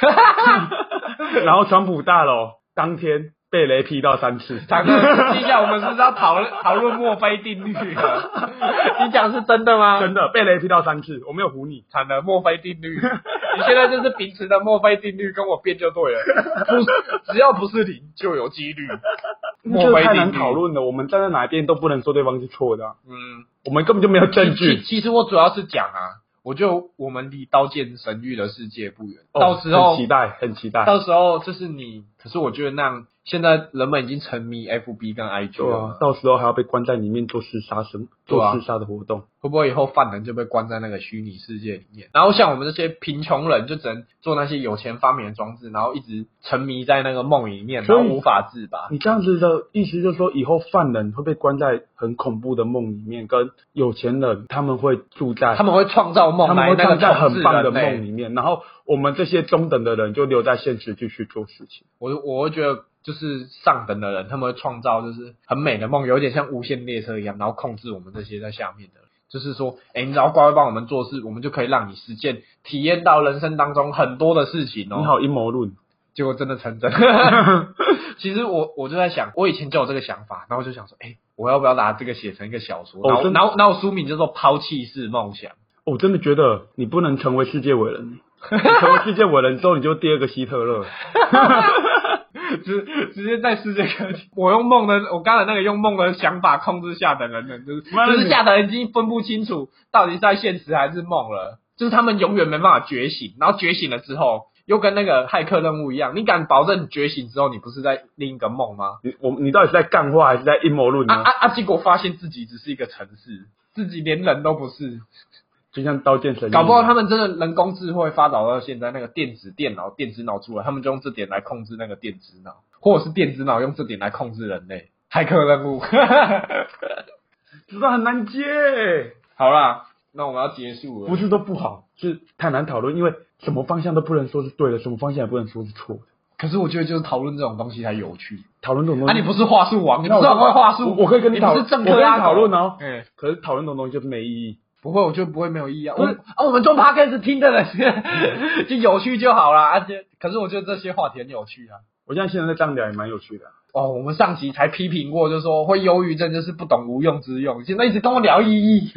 S1: 然后川普大楼当天被雷劈到三次。
S2: 堂哥，接下来我们是不是要讨论讨论墨菲定律了？你讲是真的吗？
S1: (laughs) 真的被雷劈到三次，我没有唬你。
S2: 惨了，墨菲定律。你现在就是秉持的墨菲定律跟我辩就
S1: (laughs)
S2: 对了，不是只要不是零就有几率。
S1: 这
S2: 墨
S1: 个
S2: 菲
S1: 太
S2: 定
S1: 难
S2: 律，
S1: 讨论了，我们站在哪一边都不能说对方是错的啊、
S2: 嗯，
S1: 我们根本就没有证
S2: 其
S1: 据。
S2: 其实我主要是讲啊，我就我们离刀剑神域的世界不远，
S1: 哦
S2: 到时候
S1: 很期待，很期待。
S2: 到时候就是你，可是我觉得那样，现在人们已经沉迷 FB 跟 IG
S1: 对
S2: 了
S1: 啊
S2: 嘛，，
S1: 到时候还要被关在里面做厮杀生，
S2: 对啊
S1: 做厮杀的活动。
S2: 会不会以后犯人就被关在那个虚拟世界里面？然后像我们这些贫穷人，就只能做那些有钱发明的装置，然后一直沉迷在那个梦里面，然
S1: 所以
S2: 后无法自拔。
S1: 你这样子的意思就是说，以后犯人会被关在很恐怖的梦里面，跟有钱人他们会住在
S2: 他们会创造梦
S1: 他们
S2: 来
S1: 会
S2: 那个
S1: 站在
S2: 统治
S1: 很棒的
S2: 人
S1: 梦
S2: 类。
S1: 里面，然后我们这些中等的人就留在现实继续做事情。
S2: 我我会觉得就是上等的人，他们会创造就是很美的梦，有点像无限列车一样，然后控制我们这些在下面的人。就是说，哎、你只要乖乖帮我们做事，我们就可以让你实践体验到人生当中很多的事情哦。
S1: 你好，阴谋论， (laughs)
S2: 结果真的成真。其实我我就在想，我以前就有这个想法，然后我就想说，哎、我要不要拿这个写成一个小说？
S1: 哦
S2: 然后
S1: 真的
S2: 然后然后书名叫做《抛弃式梦想》。
S1: 我真的觉得你不能成为世界伟人，你成为世界伟人之后，你就第二个希特勒。
S2: 直直接在世界各地，我用梦的，我刚才那个用梦的想法控制下等人了，就是
S1: 妈的
S2: 就是下等人已经分不清楚到底是在现实还是梦了，就是他们永远没办法觉醒，然后觉醒了之后又跟那个骇客任务一样，你敢保证你觉醒之后你不是在另一个梦吗？
S1: 你我你到底是在干话还是在阴谋论呢？
S2: 啊啊啊！结果发现自己只是一个城市，自己连人都不是，
S1: 就像刀剑神域，
S2: 搞不好他们真的人工智慧发展到现在，那个电子电脑、电子脑出来，他们就用这点来控制那个电子脑，或者是电子脑用这点来控制人类。骇客任务， (laughs)
S1: 知道很难接，
S2: 好啦，那我们要结束了。
S1: 不是都不好，是太难讨论，因为什么方向都不能说是对的，什么方向也不能说是错的。
S2: 可是我觉得就是讨论这种东西才有趣。
S1: 讨论这种东
S2: 啊，
S1: 西，
S2: 你不是话术王，你
S1: 那我
S2: 不是很会话术，
S1: 我我可以跟
S2: 你
S1: 你讨
S2: 不是政
S1: 我
S2: 客
S1: 跟你
S2: 啊，
S1: 讨论哦
S2: 嗯，
S1: 可是讨论这种东西就是没意义。
S2: 不会，我觉得不会没有意义啊。我
S1: 不是
S2: 们啊，我们做 podcast 听的人 (laughs) 就有趣就好啦。而且，可是我觉得这些话题很有趣啊。
S1: (laughs) 我现在现在这样聊也蛮有趣的啊、
S2: 哦，我们上集才批评过，就说会忧郁症就是不懂无用之用，现在一直跟我聊意义。 (laughs)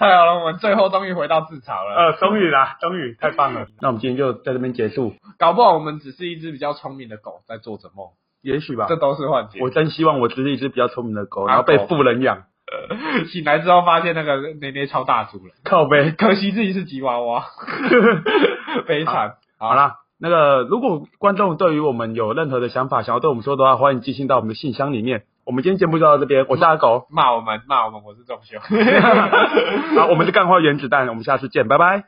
S2: 太好了，我们最后终于回到自嘲了。
S1: 呃，终于啦，终于太棒了。 (laughs) 那我们今天就在这边结束，
S2: (laughs) 搞不好我们只是一只比较聪明的狗在做着梦，
S1: 也许吧
S2: 这。都是幻觉。
S1: 我真希望我只是一只比较聪明的狗，
S2: 啊
S1: 然后被
S2: 狗
S1: 富人养，
S2: 醒来之后发现那个奶奶超大叔了，
S1: 靠呗。
S2: 可惜自己是吉娃
S1: (laughs)
S2: 娃，悲惨。
S1: 好啦，那个如果观众对于我们有任何的想法，想要对我们说的话，欢迎寄信到我们的信箱里面。我们今天节目就到这边，我是阿
S2: (laughs)
S1: 狗， (laughs)
S2: 骂我们，骂我们，我是仲修。
S1: 好，我们是干花原子弹，我们下次见，拜拜。